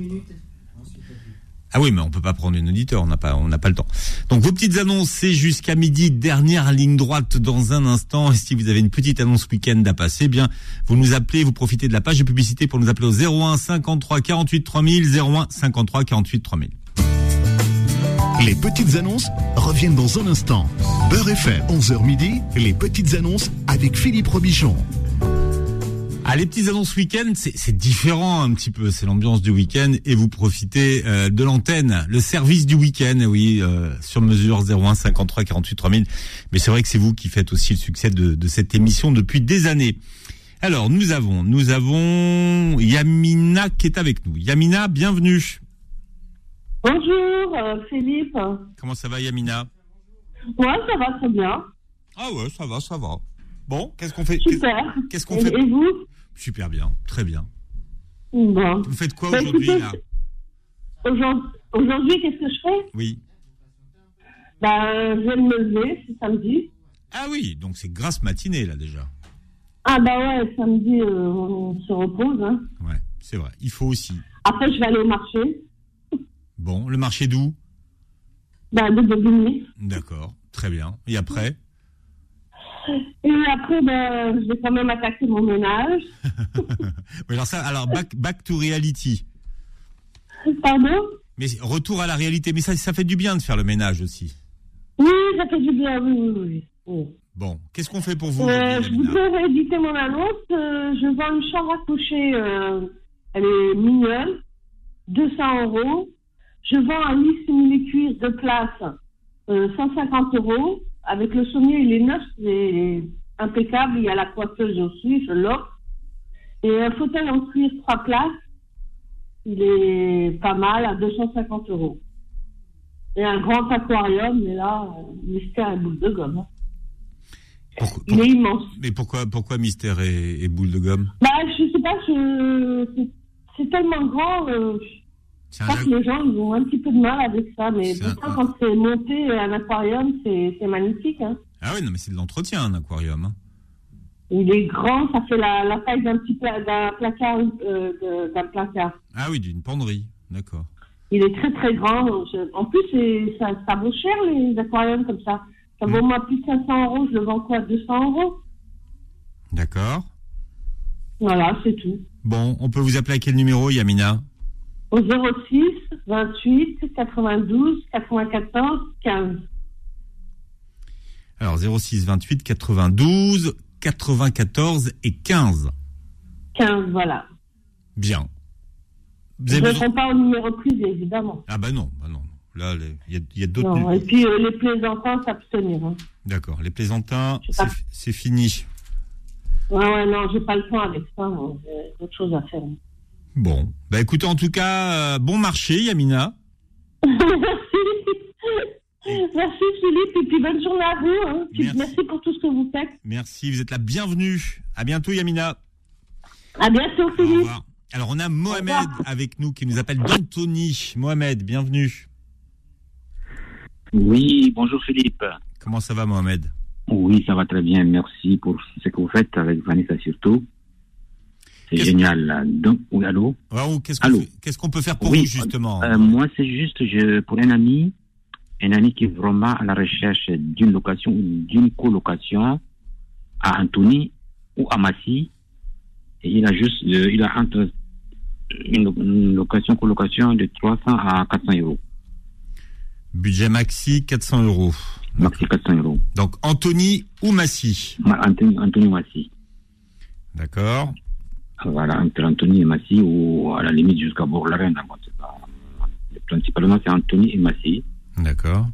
Speaker 2: ah oui, mais on peut pas prendre une auditeur, on n'a pas, on n'a pas le temps. Donc vos petites annonces, c'est jusqu'à midi, dernière ligne droite dans un instant. Et si vous avez une petite annonce week-end à passer, eh bien vous nous appelez, vous profitez de la page de publicité pour nous appeler au 01 53 48 3000, 01 53 48 3000.
Speaker 1: Les petites annonces reviennent dans un instant. Beurre FM, 11h midi, les petites annonces avec Philippe Robichon.
Speaker 2: Ah, les petites annonces week-end, c'est c'est différent un petit peu. C'est l'ambiance du week-end et vous profitez euh, de l'antenne, le service du week-end, eh oui, euh, sur mesure 01 53 48 3000. Mais c'est vrai que c'est vous qui faites aussi le succès de, de cette émission depuis des années. Alors nous avons, nous avons Yamina qui est avec nous. Yamina, bienvenue.
Speaker 10: Bonjour euh, Philippe.
Speaker 2: Comment ça va, Yamina
Speaker 10: Ouais, ça va très bien.
Speaker 2: Ah ouais, ça va, ça va. Bon, qu'est-ce qu'on fait
Speaker 10: Super.
Speaker 2: Qu'est-ce qu'on
Speaker 10: Et-
Speaker 2: fait
Speaker 10: Et vous
Speaker 2: Super bien, très bien.
Speaker 10: Bon.
Speaker 2: Vous faites quoi
Speaker 10: Bah,
Speaker 2: aujourd'hui
Speaker 10: écoutez,
Speaker 2: là
Speaker 10: Aujourd'hui, aujourd'hui, qu'est-ce que je fais
Speaker 2: Oui.
Speaker 10: Bah, euh, je vais me lever, c'est samedi.
Speaker 2: Ah oui, donc c'est grasse matinée là déjà.
Speaker 10: Ah bah ouais, samedi, euh, on se repose. hein.
Speaker 2: Ouais, c'est vrai. Il faut aussi.
Speaker 10: Après, je vais aller au marché,
Speaker 2: Bon, le marché d'où
Speaker 10: bah, de Bobigny.
Speaker 2: D'accord, très bien. Et après
Speaker 10: Et après, bah, je vais quand même attaquer mon ménage.
Speaker 2: Oui, alors ça, alors back, back to reality.
Speaker 10: Pardon
Speaker 2: Mais retour à la réalité. Mais ça, ça fait du bien de faire le ménage aussi.
Speaker 10: Oui, ça fait du bien, oui, oui, oui. oui.
Speaker 2: Bon, qu'est-ce qu'on fait pour vous
Speaker 10: Euh,
Speaker 2: aujourd'hui,
Speaker 10: je
Speaker 2: Amina
Speaker 10: voudrais rééditer mon annonce. Euh, je vends une chambre à coucher. euh, elle est mignonne. 200 euros. Je vends un lit simili-cuir de place. euh, 150 euros. Avec le sommier, il est neuf. C'est impeccable. Il y a la coiffeuse aussi. Je l'offre. Et un fauteuil en cuir 3 places. Il est pas mal à 250 euros. Et un grand aquarium. Mais là, euh, mystère et boule de gomme. hein. Il est immense.
Speaker 2: Mais pourquoi, pourquoi mystère et, et boule de gomme
Speaker 10: Bah, je sais pas, je... c'est- c'est tellement grand, euh, je
Speaker 2: un
Speaker 10: crois que les gens ils ont un petit peu de mal avec ça, mais
Speaker 2: C'est
Speaker 10: pourtant, quand c'est monté à l'aquarium, c'est c'est magnifique. Hein.
Speaker 2: Ah oui, non, mais c'est de l'entretien, un aquarium. hein.
Speaker 10: Il est grand, ça fait la, la taille d'un petit pla- d'un placard, euh, de- d'un placard.
Speaker 2: Ah oui, d'une penderie. D'accord.
Speaker 10: Il est très très grand. Je- En plus, c'est- ça, ça vaut cher les aquariums comme ça. Ça vaut au moins plus de 500 euros, je le vends quoi 200 euros
Speaker 2: D'accord.
Speaker 10: Voilà, c'est tout.
Speaker 2: Bon, on peut vous appeler à quel numéro, Yamina
Speaker 10: Au 06 28 92 94 15.
Speaker 2: Alors 06 28 92 94 et 15.
Speaker 10: 15, voilà.
Speaker 2: Bien. Vous
Speaker 10: Je
Speaker 2: avez
Speaker 10: ne
Speaker 2: besoin-
Speaker 10: réponds pas au numéro privé, évidemment.
Speaker 2: Ah bah non, bah non. Là, les- il y a, il y a d'autres.
Speaker 10: Non.
Speaker 2: nu-
Speaker 10: Et puis, euh, les plaisantins s'abstenir. hein.
Speaker 2: D'accord. Les plaisantins,
Speaker 10: sais pas.
Speaker 2: c'est- c'est fini.
Speaker 10: Ouais, ouais, non, j'ai pas le temps avec ça. moi. J'ai d'autres choses à faire. hein.
Speaker 2: Bon. Bah écoutez, en tout cas, euh, bon marché, Yamina.
Speaker 10: Merci, Philippe, et puis bonne journée à vous. hein. Puis Merci. pour tout ce que vous faites.
Speaker 2: Merci, vous êtes la bienvenue. À bientôt, Yamina.
Speaker 10: À bientôt,
Speaker 2: Philippe. Au revoir. Alors, on a Mohamed avec nous qui nous appelle d'Anthony. Mohamed, bienvenue.
Speaker 11: Oui, bonjour Philippe.
Speaker 2: Comment ça va, Mohamed
Speaker 11: Oui, ça va très bien. Merci pour ce que vous faites avec Vanessa surtout. C'est génial. Donc, oui, allô
Speaker 2: Alors, Qu'est-ce
Speaker 11: Allô
Speaker 2: qu'on fait- qu'est-ce qu'on peut faire pour
Speaker 11: Oui,
Speaker 2: vous, justement
Speaker 11: euh, Moi, c'est juste je, pour un ami, un ami qui est vraiment à la recherche d'une location ou d'une colocation à Anthony ou à Massy. Et il a juste, euh, il a entre une, lo- une location, colocation de 300 à 400 euros.
Speaker 2: Budget maxi, 400 euros.
Speaker 11: Maxi 400 euros.
Speaker 2: Donc, Anthony ou Massy
Speaker 11: Anthony, Anthony Massy.
Speaker 2: D'accord.
Speaker 11: Voilà, entre Anthony et Massy, ou à la limite jusqu'à Bourg-la-Reine. hein, bon, c'est pas- Principalement, c'est Anthony et Massy.
Speaker 2: D'accord.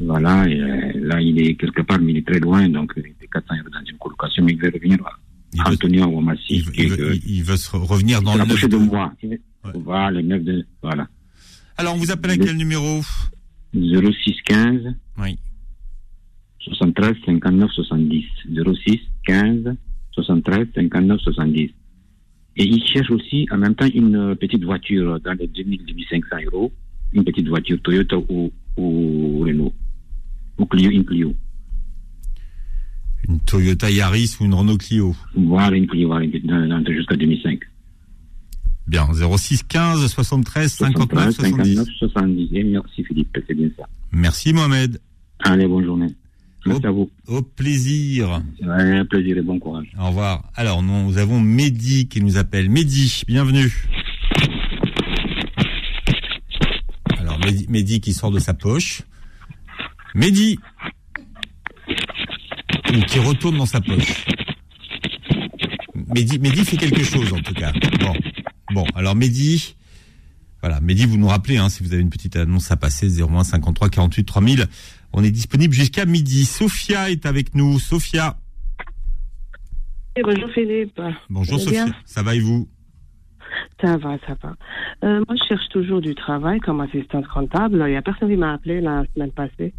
Speaker 11: Voilà, et euh, là, il est quelque part, mais il est très loin, donc euh, il est 400 euros dans une colocation, mais il veut revenir à Anthony ou à Massy.
Speaker 2: Il, il veut, il- il veut se re- revenir dans le
Speaker 11: rapprocher de
Speaker 2: 9.
Speaker 11: moi. Il veut- Voilà, le 9 de... Voilà.
Speaker 2: Alors, on vous appelle à quel numéro
Speaker 11: 0615
Speaker 2: Oui.
Speaker 11: 73 59 70. 06 15 73 59 70. Et il cherche aussi en même temps une euh, petite voiture dans les 2000-2500 euros, une petite voiture Toyota ou, ou Renault, ou Clio, une Clio.
Speaker 2: Une Toyota Yaris ou une Renault Clio
Speaker 11: Voilà, une Clio, voilà, une petite- dans- dans- jusqu'à 2005.
Speaker 2: Bien, 06 15 73
Speaker 11: 73,
Speaker 2: 59 70.
Speaker 11: 59 70. Et Eh merci Philippe, c'est bien ça.
Speaker 2: Merci Mohamed.
Speaker 11: Allez, bonne journée. Merci
Speaker 2: au,
Speaker 11: à vous.
Speaker 2: Au plaisir.
Speaker 11: Ouais, un plaisir et bon courage.
Speaker 2: Au revoir. Alors, nous avons Mehdi qui nous appelle. Mehdi, bienvenue. Alors, Mehdi, Mehdi qui sort de sa poche. Mehdi Ou qui retourne dans sa poche. Mehdi, Mehdi fait quelque chose, en tout cas. Bon, bon alors Mehdi... Voilà, Mehdi, vous nous rappelez, hein, si vous avez une petite annonce à passer, 01 53 48 3000. On est disponible jusqu'à midi. Sophia est avec nous. Sophia.
Speaker 12: Eh, bonjour Philippe.
Speaker 2: Bonjour
Speaker 12: Vous allez
Speaker 2: Sophia.
Speaker 12: bien
Speaker 2: Ça va et vous
Speaker 12: Ça va, ça va. Euh, moi, je cherche toujours du travail comme assistante comptable. Il n'y a personne qui m'a appelé la semaine passée.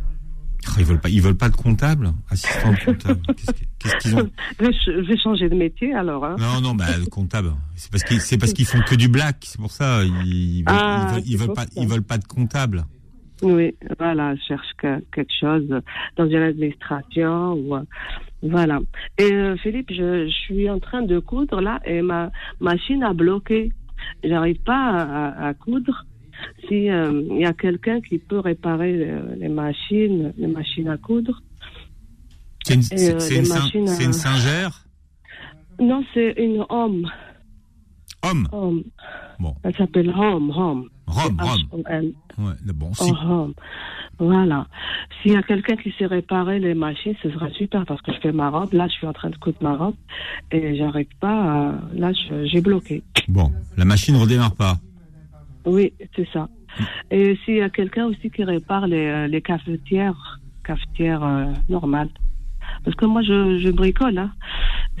Speaker 2: Oh, Ils veulent pas, ils veulent pas de comptable, assistant comptable. Qu'est-ce que- qu'est-ce qu'ils ont
Speaker 12: Je vais ch- je vais changer de métier alors. hein.
Speaker 2: Non, non, bah, le comptable. C'est parce qu'ils, c'est parce qu'ils font que du black. C'est pour ça. Ils, ils veulent,
Speaker 12: Ah,
Speaker 2: ils veulent- ils
Speaker 12: c'est
Speaker 2: veulent
Speaker 12: pour
Speaker 2: pas,
Speaker 12: ça.
Speaker 2: ils veulent pas de comptable.
Speaker 12: Oui, voilà, je cherche que- quelque chose dans une administration. Ou, euh, voilà. Et euh, Philippe, je, je suis en train de coudre là et ma machine a bloqué. J'arrive pas à, à- à coudre. Si euh, il y a quelqu'un qui peut réparer euh, les machines, les machines à coudre.
Speaker 2: C'est une,
Speaker 12: Et,
Speaker 2: c'est-
Speaker 12: euh,
Speaker 2: c'est
Speaker 12: les
Speaker 2: une, sing-
Speaker 12: machines à-
Speaker 2: c'est une singère.
Speaker 12: Non, c'est une homme.
Speaker 2: Homme.
Speaker 12: Homme.
Speaker 2: Bon.
Speaker 12: Elle s'appelle Homme, Homme.
Speaker 2: Rome, Rome.
Speaker 12: H-O-M.
Speaker 2: Ouais, bon, si.
Speaker 12: Oh, Rome. Voilà. S'il y a quelqu'un qui sait réparer les machines, ce sera super parce que je fais ma robe. Là, je suis en train de coudre ma robe et j'arrive pas. à- Là, je- j'ai bloqué.
Speaker 2: Bon, la machine redémarre pas.
Speaker 12: Oui, c'est ça. Et s'il y a quelqu'un aussi qui répare les, euh, les cafetières, cafetières euh, normales. Parce que moi, je, je bricole. Hein.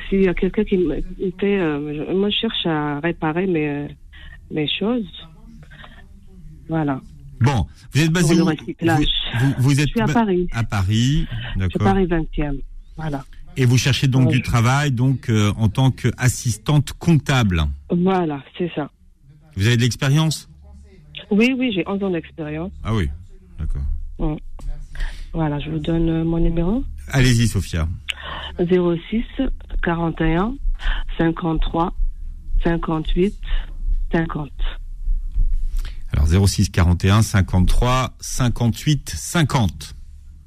Speaker 12: S'il y a quelqu'un qui me qui fait. euh, je- moi, je cherche à réparer mes, euh, mes choses. Voilà.
Speaker 2: Bon, vous êtes basé
Speaker 12: Pour le
Speaker 2: où
Speaker 12: recyclage.
Speaker 2: vous, vous êtes
Speaker 12: Je suis à
Speaker 2: ba-
Speaker 12: Paris.
Speaker 2: À Paris,
Speaker 12: Je
Speaker 2: d'accord.
Speaker 12: Paris 20e. Voilà.
Speaker 2: Et vous cherchez donc
Speaker 12: Ouais.
Speaker 2: du travail, donc euh, en tant qu'assistante comptable.
Speaker 12: Voilà, c'est ça.
Speaker 2: Vous avez de l'expérience
Speaker 12: Oui, oui, j'ai 11 ans d'expérience.
Speaker 2: Ah oui.
Speaker 12: Mm. Voilà, je vous donne euh, mon numéro
Speaker 2: Allez-y, Sophia.
Speaker 12: 06 41 53 58 50.
Speaker 2: Alors 06 41 53 58 50.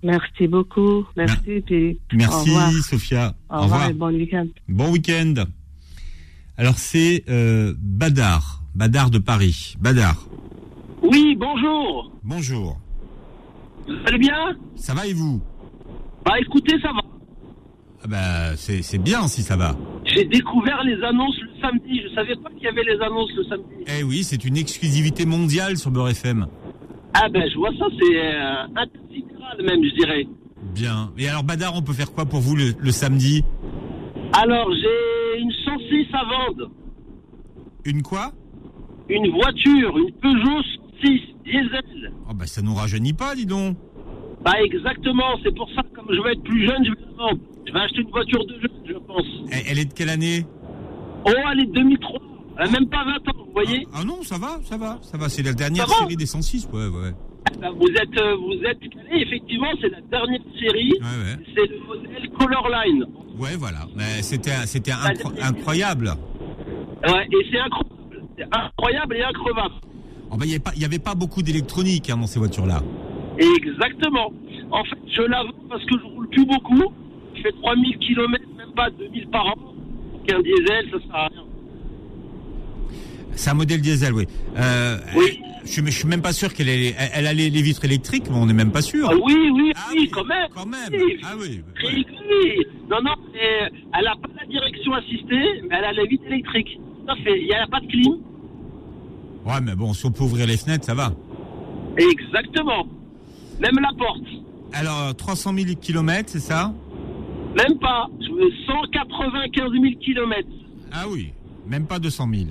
Speaker 12: Merci beaucoup. Merci. Puis, Au
Speaker 2: Merci
Speaker 12: revoir.
Speaker 2: Sophia.
Speaker 12: Au revoir et bon week-end.
Speaker 2: Bon week-end. Alors c'est euh, Badar, Badar de Paris. Badar,
Speaker 13: Oui, bonjour.
Speaker 2: bonjour.
Speaker 13: Vous allez bien
Speaker 2: Ça va et vous
Speaker 13: Bah écoutez, ça va.
Speaker 2: Ah bah, c'est c'est bien si ça va.
Speaker 13: J'ai découvert les annonces le samedi. Je savais pas qu'il y avait les annonces le samedi.
Speaker 2: Eh oui, c'est une exclusivité mondiale sur Beurre FM.
Speaker 13: Ah ben je vois ça, c'est euh, intégral même, je dirais.
Speaker 2: Bien. Et alors Badar, on peut faire quoi pour vous le, le samedi
Speaker 13: Alors j'ai une 106 à vendre.
Speaker 2: Une quoi
Speaker 13: Une voiture, une Peugeot 6 diesel.
Speaker 2: Oh bah ça nous rajeunit pas, dis donc.
Speaker 13: Bah exactement, c'est pour ça que comme je vais être plus jeune, je vais la vendre. Je vais acheter une voiture de jeune, je pense.
Speaker 2: Elle, elle est de quelle année
Speaker 13: Oh, elle est de 2003. Elle a même pas 20 ans, vous voyez
Speaker 2: Ah non, ça va, ça va, ça va. C'est la dernière
Speaker 13: Ça va
Speaker 2: série des 106, ouais, ouais.
Speaker 13: Ah bah, vous êtes, euh, vous êtes calé. Effectivement, c'est la dernière série. C'est le modèle Colorline.
Speaker 2: Ouais, voilà. Mais c'était c'était
Speaker 13: Bah,
Speaker 2: incro- incroyable.
Speaker 13: Ouais, et c'est incroyable. C'est incroyable et increvable.
Speaker 2: Oh bah, il n'y avait, pas- il y avait pas beaucoup d'électronique hein, dans ces voitures-là.
Speaker 13: Exactement. En fait, je la vends parce que je roule plus beaucoup. Je fais 3000 km, même pas 2000 par an. Donc, un diesel, ça sert à rien.
Speaker 2: C'est un modèle diesel, oui. Euh, Je ne suis même pas sûr qu'elle ait, elle, elle a les, les vitres électriques, mais on n'est même pas sûr.
Speaker 13: Ah oui, oui, oui, quand même. Quand même.
Speaker 2: Ah oui.
Speaker 13: Oui, oui. Non, non, mais elle a pas la direction assistée, mais elle a la vitre électrique. Ça fait, il n'y a pas de clim.
Speaker 2: Ouais, mais bon, si on peut ouvrir les fenêtres, ça va.
Speaker 13: Exactement. Même la porte.
Speaker 2: Alors, 300 000 km, c'est ça
Speaker 13: Même pas. Je veux 195 000 km.
Speaker 2: Ah oui. Même pas 200 000.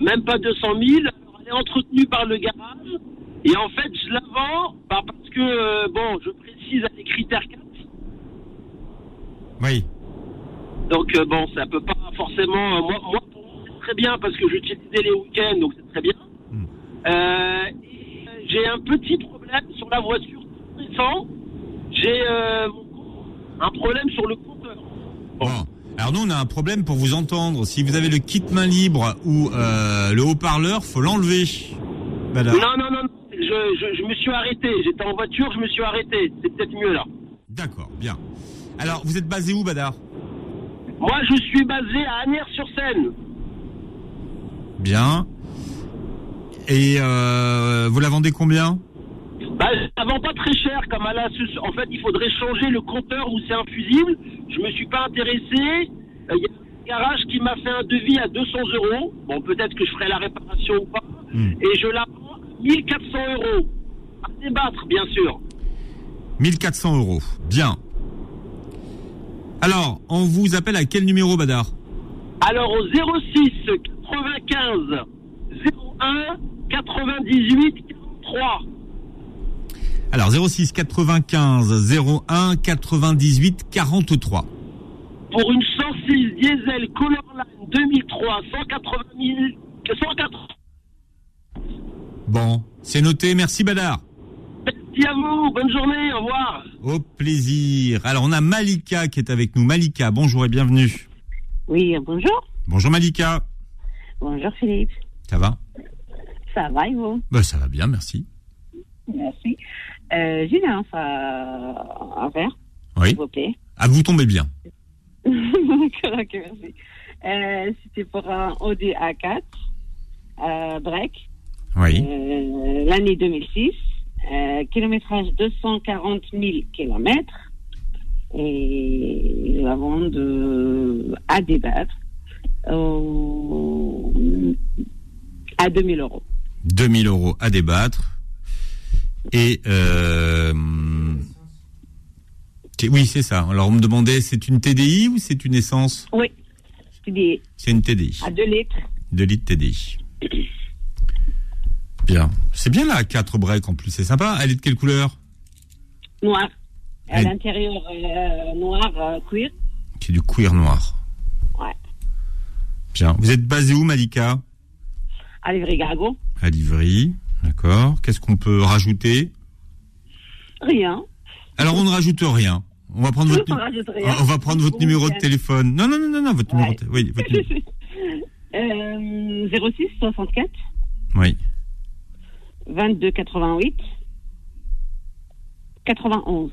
Speaker 13: Même pas 200 000. Alors, Elle est entretenue par le garage. Et en fait, je la vends bah, parce que, euh, bon, je précise à des critères 4.
Speaker 2: Oui.
Speaker 13: Donc, euh, bon, ça peut pas forcément. euh, moi, moi, pour moi, c'est très bien parce que j'utilisais les week-ends, donc c'est très bien. Euh, et, euh, j'ai un petit problème sur la voiture tout récent. J'ai euh, mon- un problème sur le compteur.
Speaker 2: Bon. Alors nous, on a un problème pour vous entendre. Si vous avez le kit main libre ou euh, le haut-parleur, faut l'enlever. Voilà.
Speaker 13: Non, non, non, je, je, je me suis arrêté. J'étais en voiture, je me suis arrêté. C'est peut-être mieux là.
Speaker 2: D'accord, bien. Alors, vous êtes basé où, Badar
Speaker 13: Moi, je suis basé à Anières-sur-Seine.
Speaker 2: Bien. Et euh, vous la vendez combien
Speaker 13: Bah, ça vend pas très cher comme à la sus- En fait, il faudrait changer le compteur où c'est infusible. Je me suis pas intéressé. Euh, Il y a un garage qui m'a fait un devis à 200 euros. Bon, peut-être que je ferai la réparation ou pas.
Speaker 2: Hmm.
Speaker 13: Et je la vends à 1400 euros. À débattre, bien sûr.
Speaker 2: 1400 euros. Bien. Alors, on vous appelle à quel numéro, Badar
Speaker 13: Alors au 06 95 01 98 43.
Speaker 2: Alors, 06 95 01 98 43.
Speaker 13: pour une 106 diesel Colorline 2003 180 000 180
Speaker 2: Bon, c'est noté. Merci, Badar.
Speaker 13: Merci à vous. Bonne journée. Au revoir.
Speaker 2: Au plaisir. Alors, on a Malika qui est avec nous. Malika, bonjour et bienvenue.
Speaker 10: Oui, euh, bonjour.
Speaker 2: Bonjour, Malika.
Speaker 10: Bonjour Philippe.
Speaker 2: Ça va
Speaker 10: Ça va et vous
Speaker 2: Bah, Ça va bien, merci.
Speaker 10: Merci. Euh, J'ai un, euh, un verre,
Speaker 2: Oui.
Speaker 10: s'il vous plaît.
Speaker 2: Ah, vous tombez bien.
Speaker 10: D'accord, ok, merci. Euh, C'était pour un Audi A4 euh, break.
Speaker 2: Oui.
Speaker 10: Euh, L'année 2006. euh, kilométrage 240 000 kilomètres. Et nous avons de, à débattre au- à 2000 euros.
Speaker 2: 2000 euros à débattre. Et euh, c'est- oui, c'est ça. Alors on me demandait, c'est une TDI ou c'est une essence
Speaker 10: Oui, c'est des-
Speaker 2: C'est une TDI.
Speaker 10: à 2 litres.
Speaker 2: 2 litres TDI. Bien. C'est bien la 4 break en plus, c'est sympa. Elle est de quelle couleur
Speaker 10: noir. À
Speaker 2: Et-
Speaker 10: l'intérieur, euh, noir, euh, cuir.
Speaker 2: C'est du cuir noir.
Speaker 10: Ouais.
Speaker 2: Bien. Vous êtes basé où, Malika
Speaker 10: À Livry-Gargot.
Speaker 2: À Livry. D'accord. Qu'est-ce qu'on peut rajouter
Speaker 10: Rien.
Speaker 2: Alors on ne rajoute rien. On va prendre votre,
Speaker 10: On
Speaker 2: nu-
Speaker 10: rajoute rien.
Speaker 2: on va prendre votre
Speaker 10: Bon
Speaker 2: numéro de
Speaker 10: week-end.
Speaker 2: téléphone. Non, non, non, non, non votre numéro. de- Oui, votre numéro.
Speaker 10: Euh, 06 64
Speaker 2: Oui.
Speaker 10: 22 88 91.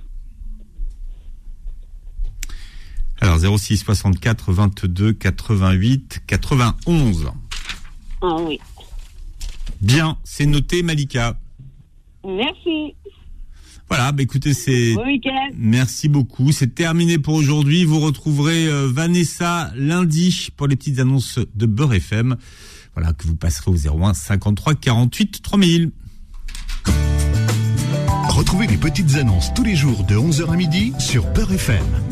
Speaker 2: Alors 06 64 22 88 91.
Speaker 10: Ah oui.
Speaker 2: Bien, c'est noté Malika.
Speaker 10: Merci.
Speaker 2: Voilà, bah écoutez, c'est
Speaker 10: Bon week-end.
Speaker 2: Merci beaucoup, c'est terminé pour aujourd'hui. Vous retrouverez euh, Vanessa lundi pour les petites annonces de Beurre FM. Voilà que vous passerez au 01 53 48 3000.
Speaker 14: Retrouvez les petites annonces tous les jours de 11h à midi sur Beurre FM.